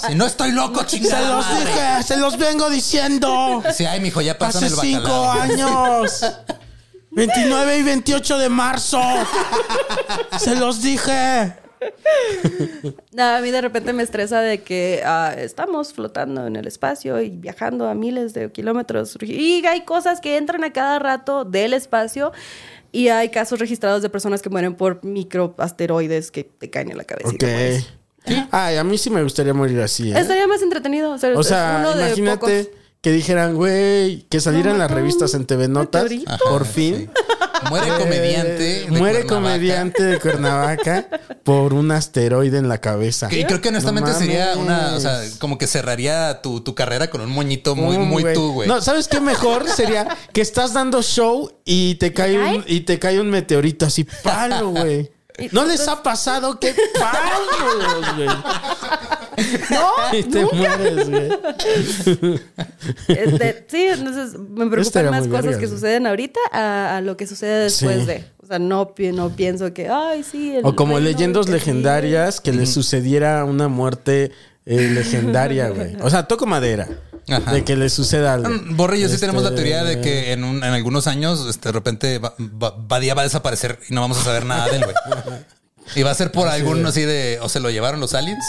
si no estoy [laughs] loco, ¡Se chingada. los madre! dije! ¡Se los vengo diciendo! Sí, ay, mijo, ya pasan ¡Hace el bacalao. [laughs] cinco años! 29 y 28 de marzo. Se los dije. Nada, a mí de repente me estresa de que ah, estamos flotando en el espacio y viajando a miles de kilómetros. Y hay cosas que entran a cada rato del espacio y hay casos registrados de personas que mueren por microasteroides que te caen en la cabeza. y Ok. te mueres. Ay, a mí sí me gustaría morir así. ¿eh? Estaría más entretenido. O sea, O es sea, uno de imagínate pocos. que dijeran, güey, que salieran las revistas en TV Notas, meteorito. Ajá, por fin. Muere Eh, comediante. de muere Cuernavaca. comediante de Cuernavaca por un asteroide en la cabeza. Que- Y creo que honestamente Ah, No sería mames. una, o sea, como que cerraría tu, tu carrera con un moñito muy, Mm, muy tú, güey. No, ¿sabes qué [laughs] mejor sería? Que estás dando show y te cae, un, y te cae un meteorito así, palo, [laughs] güey. ¿No les ha pasado? ¡Qué palos, [laughs] güey! No, y te mueres, güey. Este, sí, entonces me Estaría preocupan más muy cosas vergas, que ¿no? suceden ahorita a, a lo que sucede después Sí. de. O sea, no, pi- no pienso que, ay, sí. el O como reino leyendas del- legendarias que les sucediera una muerte eh, legendaria, güey. O sea, toco madera. Ajá. De que le suceda algo. Mm, Borre, yo sí Este, tenemos la teoría de que en, un- en algunos años, este, de repente, va- va- Badía va a desaparecer y no vamos a saber nada de él, güey. [laughs] Y va a ser por alguno así de, o se lo llevaron los aliens,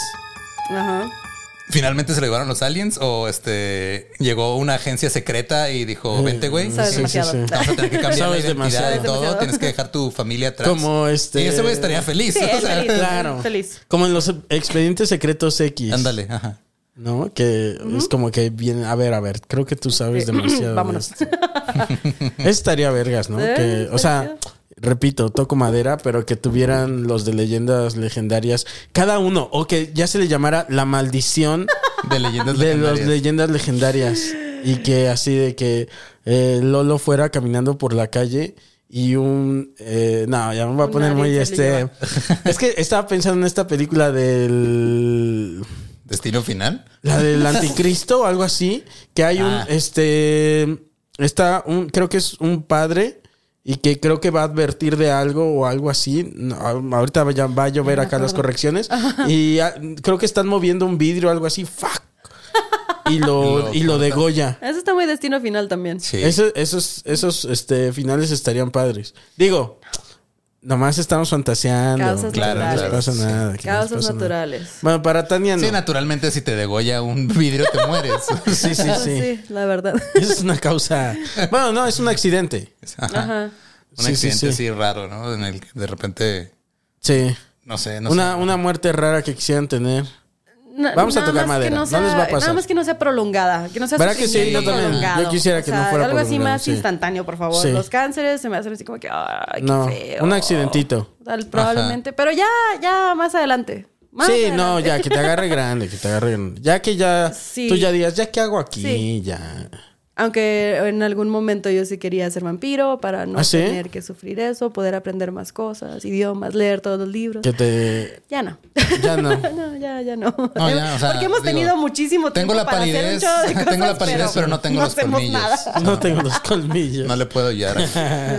Ajá. finalmente se lo llevaron los aliens, o este, llegó una agencia secreta y dijo, vente, güey. Sabes Eh, Sí, sí, demasiado. sí. [laughs] Vamos a tener que cambiar Sabes la identidad y demasiado. todo. Demasiado. Tienes que dejar tu familia atrás. Como este- Y ese güey estaría feliz. Sí, [laughs] o él sea, feliz, Claro. feliz. Como en los expedientes secretos X. Ándale, ajá. ¿No? Que es como que viene. A ver, a ver, creo que tú sabes [clears throat] demasiado. de Eh, Vámonos. esto. Estaría vergas, ¿no? Sí, Que, o sea, estaría. repito, toco madera, pero que tuvieran los de leyendas legendarias. Cada uno, o que ya se le llamara la maldición De [laughs] leyendas de las legendarias. leyendas legendarias. Y que así de que eh, Lolo fuera caminando por la calle y un... eh, no, ya me voy a Un poner alien muy se lo este... lleva. Es que estaba pensando en esta película del... Destino final. La [laughs] del anticristo o algo así. Que hay Ah. un, este, está un, creo que es un padre y que creo que va a advertir de algo o algo así. No, a- ahorita va, ya va a llover acá las correcciones. Y ah, creo que están moviendo un vidrio o algo así. ¡Fuck! Y lo, [laughs] Lo y lo degolla. [laughs] Eso está muy destino final también. Sí. Eso- esos esos este, finales estarían padres. Digo, nomás estamos fantaseando. Causas que no les naturales. pasa nada, que no les Causas pasa nada. naturales. Bueno, para Tania no. Sí, naturalmente, si te degolla un vidrio, te mueres. [laughs] Sí, sí, Ah, sí. [laughs] sí, [laughs] la verdad. Esa es una causa. Bueno, no, es un accidente. Ajá. Ajá. Sí, Un sí, accidente sí. así raro, ¿no? En el que de repente, Sí. no sé, no una, sé. una muerte rara que quisieran tener. Na- Vamos a nada tocar más que madera, no les va a pasar. Nada más que no sea prolongada. Que no sea ¿Verdad que sí? Yo también. prolongado. Yo quisiera que no fuera Algo así prolongado, más sí. instantáneo, por favor. Sí. Los cánceres se me hacen así como que. ¡Ay, qué No, feo! un accidentito. Tal- probablemente. Pero ya, ya más adelante. Más sí, no, adelante. ya, que te agarre grande, que te agarre grande. Ya que ya, Sí. tú ya digas, ya qué hago aquí, Sí. ya. [laughs] Aunque en algún momento yo sí quería ser vampiro para no ¿Ah, sí? tener que sufrir eso, poder aprender más cosas, idiomas, leer todos los libros. Que te... Ya no. Ya no. [laughs] no, ya, ya no. No, ya, o sea, Porque hemos digo, tenido muchísimo tiempo tengo la para hacer un palidez, chorro de cosas, [laughs] tengo la palidez, pero no tengo los hacemos colmillos. nada. No tengo los colmillos. No le puedo ayudar.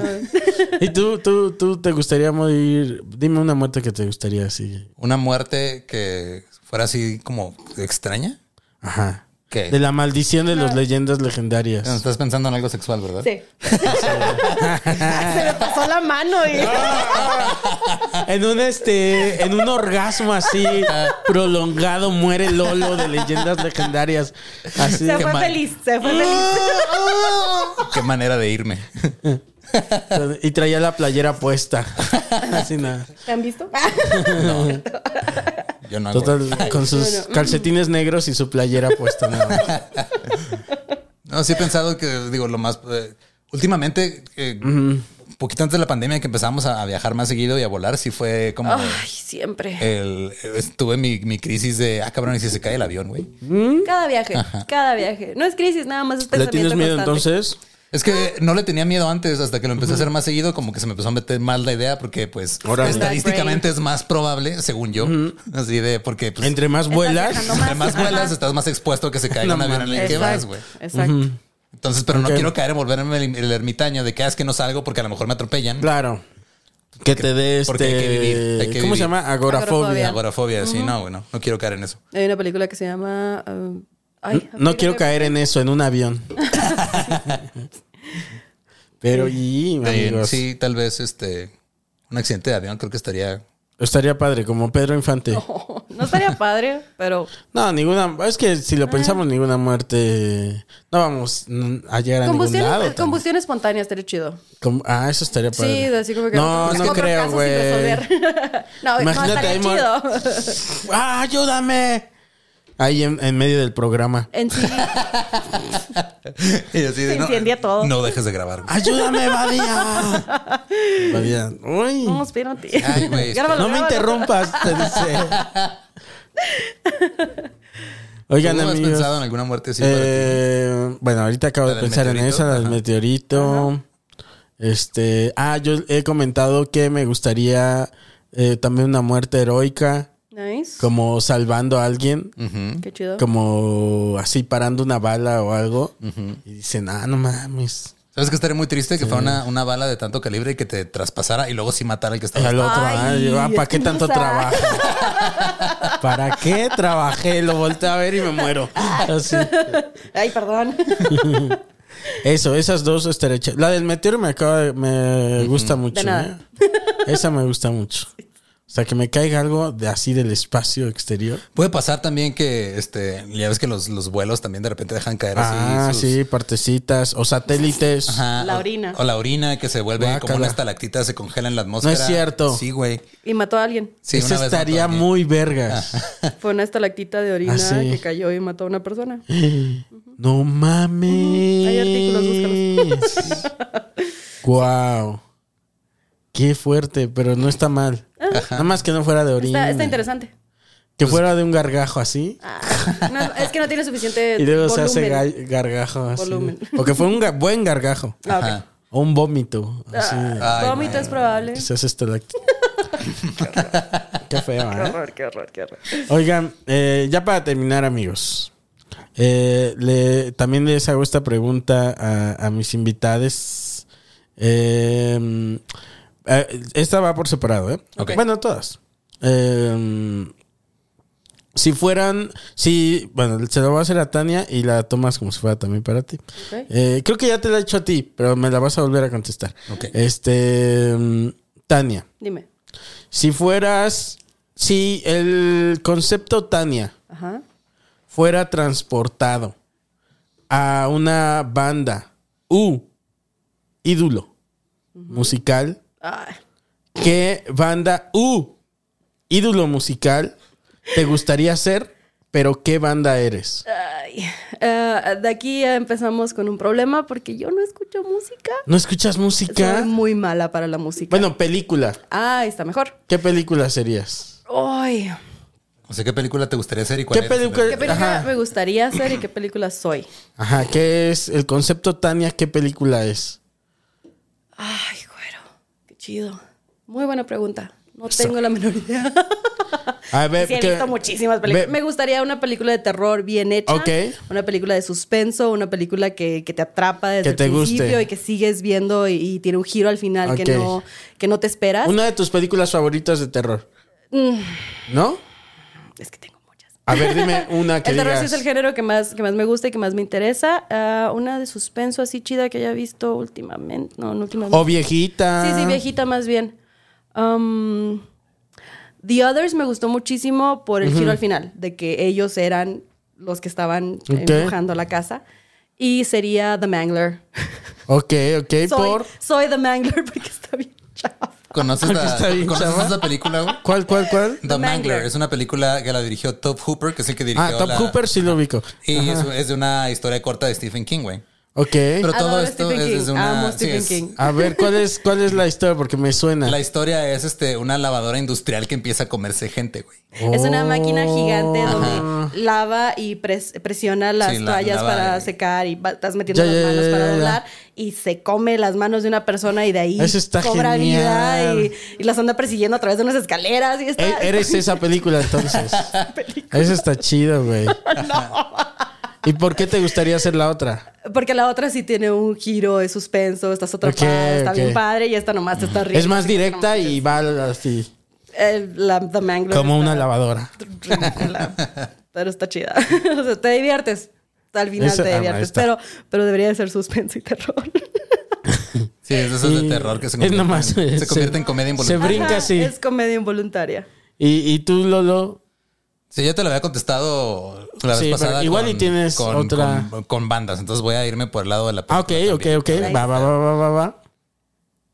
[laughs] ¿Y tú, tú, tú te gustaría morir? Dime una muerte que te gustaría así. Una muerte que fuera así como extraña. Ajá. ¿Qué? De la maldición de las leyendas legendarias. Estás pensando en algo sexual, ¿verdad? Sí. Se me pasó la mano [laughs] y En un este, en un orgasmo así Ah. prolongado muere Lolo de leyendas legendarias. Así. se qué fue mal. feliz, se fue feliz. [laughs] Qué manera de irme. [laughs] Y traía la playera puesta. Así nada. ¿Te han visto? Yo no hago. Total, con sus calcetines negros y su playera puesta. nada más. No, sí he pensado que, digo, lo más. eh, últimamente, eh, poquito antes de la pandemia que empezamos a, a viajar más seguido y a volar, sí fue como. Ay, siempre. El, estuve en mi, mi crisis de, ah, cabrón, y si se cae el avión, güey. Cada viaje, cada viaje. No es crisis, nada más es ¿Le pensamiento tienes miedo constante. entonces? Es que no le tenía miedo antes, hasta que lo empecé a hacer más seguido, como que se me empezó a meter mal la idea, porque pues Órale. estadísticamente es más probable, según yo, así de, porque pues, Entre más vuelas. viajando entre más Ajá. vuelas estás más expuesto a que se caiga No un avión en el que Exacto, vas, güey. Exacto. Entonces, pero Ok. no quiero caer en volverme el, el ermitaño de que "Ah, es que no salgo porque a lo mejor me [laughs] atropellan. Claro. Que te dé este. Porque hay que vivir, hay que ¿Cómo se vivir. llama? Agorafobia. Agorafobia, sí, no, bueno, no quiero caer en eso. Hay una película que se llama... um, ay, No quiero caer en eso, en un avión. Pero y amigos. Sí, tal vez este un accidente de avión creo que estaría [laughs] Estaría padre, como Pedro Infante. [laughs] No estaría padre, pero... No, ninguna. Es que si lo pensamos, ninguna muerte. No vamos mm, a llegar a ningún Combustión, lado. tampoco. combustión espontánea estaría chido. Com- ah, eso estaría Sí, padre. así como que... no, no otro creo, caso sin güey. [laughs] resolver. no, Imagínate no ahí, estaría mor- chido. [laughs] ¡Ah, ayúdame! Ahí en, en medio del programa. [laughs] En sí, Y así de, Se no, incendia todo. No dejes de grabar. güey. ¡Ayúdame, Badía! [laughs] Badía. Uy. no, espérate. Ay, [laughs] güey, Grábalo, No me grábalo. interrumpas, te dice. Oigan, ¿Tú has amigos. pensado en alguna muerte así? eh, bueno, ahorita acabo ¿La de del pensar en meteorito? esa, la del Ajá. meteorito. Este. Ah, yo he comentado que me gustaría eh, también una muerte heroica, Nice. como salvando a alguien. Qué chido. Como así parando una bala o algo. Y dicen, ah, no mames. ¿Sabes que estaría muy triste que fuera una, una bala de tanto calibre y que te traspasara y luego sí matara al Y que estaba? al otro, Ay, ah, yo, ah, ¿para qué tanto excusa. trabajo? [laughs] ¿Para qué trabajé? Lo volteé a ver y me muero. Así. Ay, perdón. Eso, esas dos estrechas. La del meteoro me acaba de- me gusta mucho. De nada. ¿eh? Esa me gusta mucho. O sea, que me caiga algo de así del espacio exterior. Puede pasar también que, este, ya ves que los, los vuelos también de repente dejan caer así. Ah, sus- sí, partecitas o satélites. Ajá, [laughs] La Ah, o- orina. O, la orina que se vuelve como Guácala. una estalactita, se congela en la atmósfera. No es cierto. Sí, güey. Y mató a alguien. Sí, Esa una vez estaría mató a alguien. muy vergas. Fue una estalactita de orina Ah, sí. que cayó y mató a una persona. [laughs] No mames. Hay artículos, [laughs] Wow. Qué fuerte, pero no está mal. Nada más que no fuera de orina. Está, está interesante. Ah, Que fuera de un gargajo así. No, es que no tiene suficiente [laughs] y luego Ah, volumen. se hace ga- gargajo así. Volumen. O que fue un ga- buen gargajo. Ah, ok. Ajá. O un vómito. Así. Ah, Ay, Vómito es probable. Que se hace estalacti- [laughs] [laughs] Qué feo, Qué ¿eh? horror, qué horror, qué horror. Oigan, eh, ya para terminar, amigos. eh, le- también les hago esta pregunta a, a mis invitados. Eh, eh, esta va por separado, ¿eh? Ok. Bueno, todas. Eh, si fueran, si, bueno, se lo voy a hacer a Tania y la tomas como si fuera también para ti. Ok. Eh, creo que ya te la he hecho a ti, pero me la vas a volver a contestar. Ok. Este, mm, Tania, Dime. si fueras, si el concepto Tania Ajá. fuera transportado a una banda u ídolo musical, Ay, ¿qué banda u ídolo musical te gustaría ser, pero qué banda eres? ay. Eh, de aquí ya empezamos con un problema porque yo no escucho música. ¿No escuchas música? Soy muy mala para la música. Bueno, película. Ah, está mejor. ¿Qué película serías? Ay. O sea, ¿qué película te gustaría hacer y cuál ¿Qué eres? película? ¿Qué película Ajá. me gustaría hacer y qué película soy? Ajá, ¿qué es el concepto Tania? ¿Qué película es? Ay, güero. Qué chido. Muy buena pregunta. No tengo la menor idea. A ver, Sí, he ¿qué- visto muchísimas películas. ve- Me gustaría una película de terror bien hecha. Ok. Una película de suspenso, una película que, que te atrapa desde Que te el principio guste. y que sigues viendo y, y tiene un giro al final Ok. que, no, que no te esperas. Una de tus películas favoritas de terror. Mm. ¿No? Es que tengo muchas. A ver, dime una que El terror sí digas. es el género que más, que más me gusta y que más me interesa. Ah, una de suspenso así chida que haya visto últimamente. No, no últimamente. O viejita. Sí, sí, viejita más bien. Um, The Others me gustó muchísimo por el giro al final, de que ellos eran los que estaban Ok. empujando la casa. Y sería The Mangler. Ok, ok, soy, por. soy The Mangler [laughs] porque está bien chafa. ¿Conoces la, está bien, ¿conoces chava. esa película, güey? ¿Cuál, cuál, cuál? The, The Mangler. Mangler. es una película que la dirigió Top Hooper, que es el que dirigió Ah, Top la- Cooper sí lo ubico. Y es, es de una historia corta de Stephen King, güey. Ok. Pero todo Adoro esto Stephen es, es King. de una... Amo sí, Stephen es- King. A ver, ¿cuál es, cuál es la historia? Porque me suena. La historia es este una lavadora industrial que empieza a comerse gente, güey. Es una máquina gigante Oh. Ajá. donde lava y pres- presiona las Sí, la- toallas lava para y- secar y va- estás metiendo Ya, las ya, manos ya, ya, para ya. doblar y se come las manos de una persona y de ahí Eso está cobra genial. vida y, y las anda persiguiendo a través de unas escaleras y está. E- Eres esa película entonces. Eso está chido, [laughs] güey. ¿Y por qué te gustaría hacer la otra? [laughs] Porque la otra sí tiene un giro de suspenso, estás atrapada, Ok, está ok. bien padre y esta nomás te está riendo. Es más así como directa que y va así, el- la, The Mangler como está una lavadora. [laughs] ridícula, pero está chida. [laughs] o sea, te diviertes. Al final Eso- te ah, diviertes, está. pero, pero debería de ser suspenso y terror. Sí, es de esas de Sí. terror que se Es convierten, nomás- se se- convierte en comedia se involuntaria. brinca Ajá, así. Es comedia involuntaria. ¿Y, y tú, Lolo? Sí, yo te lo había contestado la vez Sí, pero pasada. igual y tienes con, otra- Con, con bandas, entonces voy a irme por el lado de la Ah, ok, ok, también. ok. Va, va, va, va, va, va.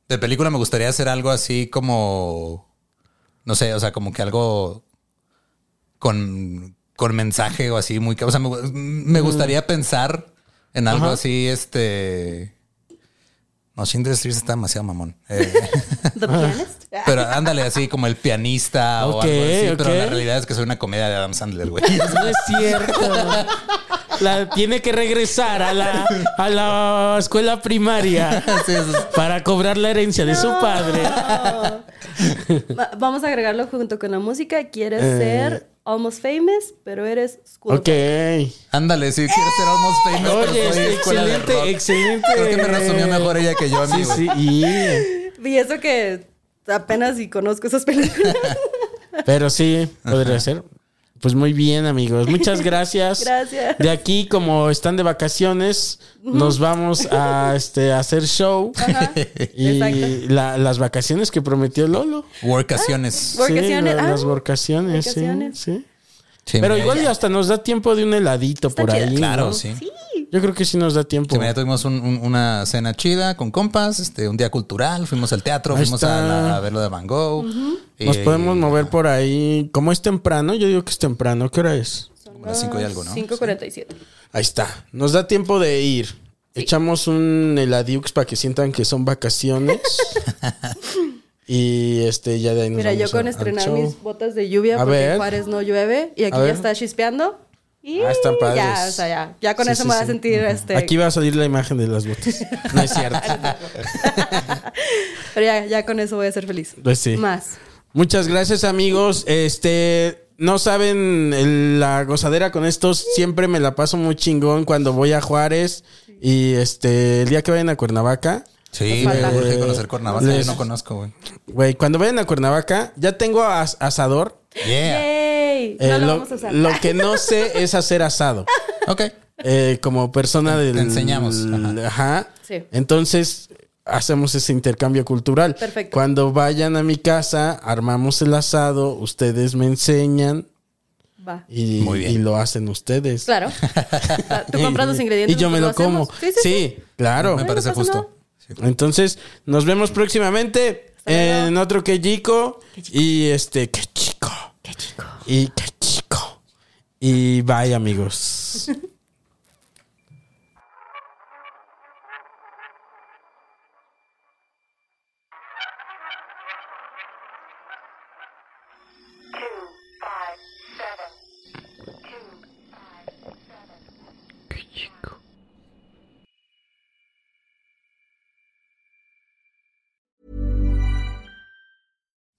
De película me gustaría hacer algo así como... No sé, o sea, como que algo con, con mensaje o así muy... O sea, me, gu- me Mm. gustaría pensar en algo así, este... No, Schindler's List está demasiado mamón. Eh, [laughs] [laughs] The Pianist. Pero ándale así como el pianista Ok, o algo así. Pero ok. la realidad es que soy una comedia de Adam Sandler, güey. [laughs] No es cierto. La tiene que regresar a la, a la escuela primaria Sí, eso es- para cobrar la herencia de su padre. Va- Vamos a agregarlo junto con la música. Quieres ser almost famous, pero eres school. Eh. Ok. Ándale, si quieres ser almost famous, Oye, pero soy escuela de excelente, rock. excelente. Creo que me resumió mejor ella que yo a mí, Sí, güey. sí, y- Y eso que apenas si conozco esas películas. Pero sí, podría ser. Pues muy bien, amigos. Muchas gracias. Gracias. De aquí, como están de vacaciones, nos vamos a este a hacer show. Y exacto. la- las vacaciones que prometió Lolo. Workaciones. Workaciones, Sí, la- ah, las workaciones, sí, workaciones. sí. Sí, Pero mira, igual y ya- hasta nos da tiempo de un heladito por chida. ahí. Claro, ¿no? sí. Sí, Yo creo que sí nos da tiempo. mira, tuvimos un- un- una cena chida con compas, este, un día cultural, fuimos al teatro, Ahí fuimos está. a, la- a ver lo de Van Gogh. Y- Nos podemos mover por ahí. Como es temprano, yo digo que es temprano. ¿Qué hora es? Como las cinco y algo, ¿no? 5.47. Ahí está. Nos da tiempo de ir. Echamos un heladiux para que sientan que son [laughs] vacaciones. y este ya de ahí nos Mira, yo vamos con a- al estrenar show. mis botas de lluvia A porque ver. en Juárez no llueve y aquí A ya ver. está chispeando. Y Ah, están padres. Ya, o sea, ya. Ya con Sí, eso sí, me voy a sí. sentir Ujú. este. Aquí va a salir la imagen de las botas. [laughs] No es cierto. Pero ya, ya con eso voy a ser feliz. Pues sí. Más. Muchas gracias, amigos. Este, no saben el- la gozadera con estos. Siempre me la paso muy chingón cuando voy a Juárez. Y este, el día que vayan a Cuernavaca, Sí, me Falta. urge conocer Cuernavaca. Les- Yo no conozco, güey. Güey, cuando vayan a Cuernavaca, ya tengo as- asador. Yeah. ¡Yay! Eh, no lo, lo, vamos a usar. lo que no sé es hacer asado. Ok. Eh, como persona del. enseñamos, Ajá. ajá. Sí. Entonces hacemos ese intercambio cultural. Perfecto. Cuando vayan a mi casa, armamos el asado, ustedes me enseñan Va. y, Muy bien. y lo hacen ustedes. [laughs] Claro. Tú compras los ingredientes. Y yo me lo nosotros como. hacemos. Sí, claro. Me parece pasa justo. Entonces, nos vemos próximamente luego. en otro que chico y este que chico. Y que chico. Y bye, [laughs] amigos. two five seven two five seven.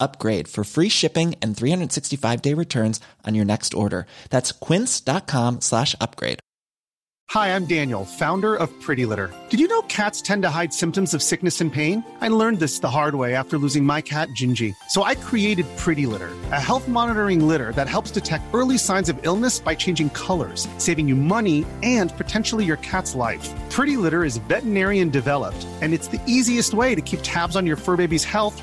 upgrade for free shipping and 365-day returns on your next order. That's quince.com slash upgrade. Hi, I'm Daniel, founder of Pretty Litter. Did you know cats tend to hide symptoms of sickness and pain? I learned this the hard way after losing my cat, Gingy. So I created Pretty Litter, a health monitoring litter that helps detect early signs of illness by changing colors, saving you money and potentially your cat's life. Pretty Litter is veterinarian developed, and it's the easiest way to keep tabs on your fur baby's health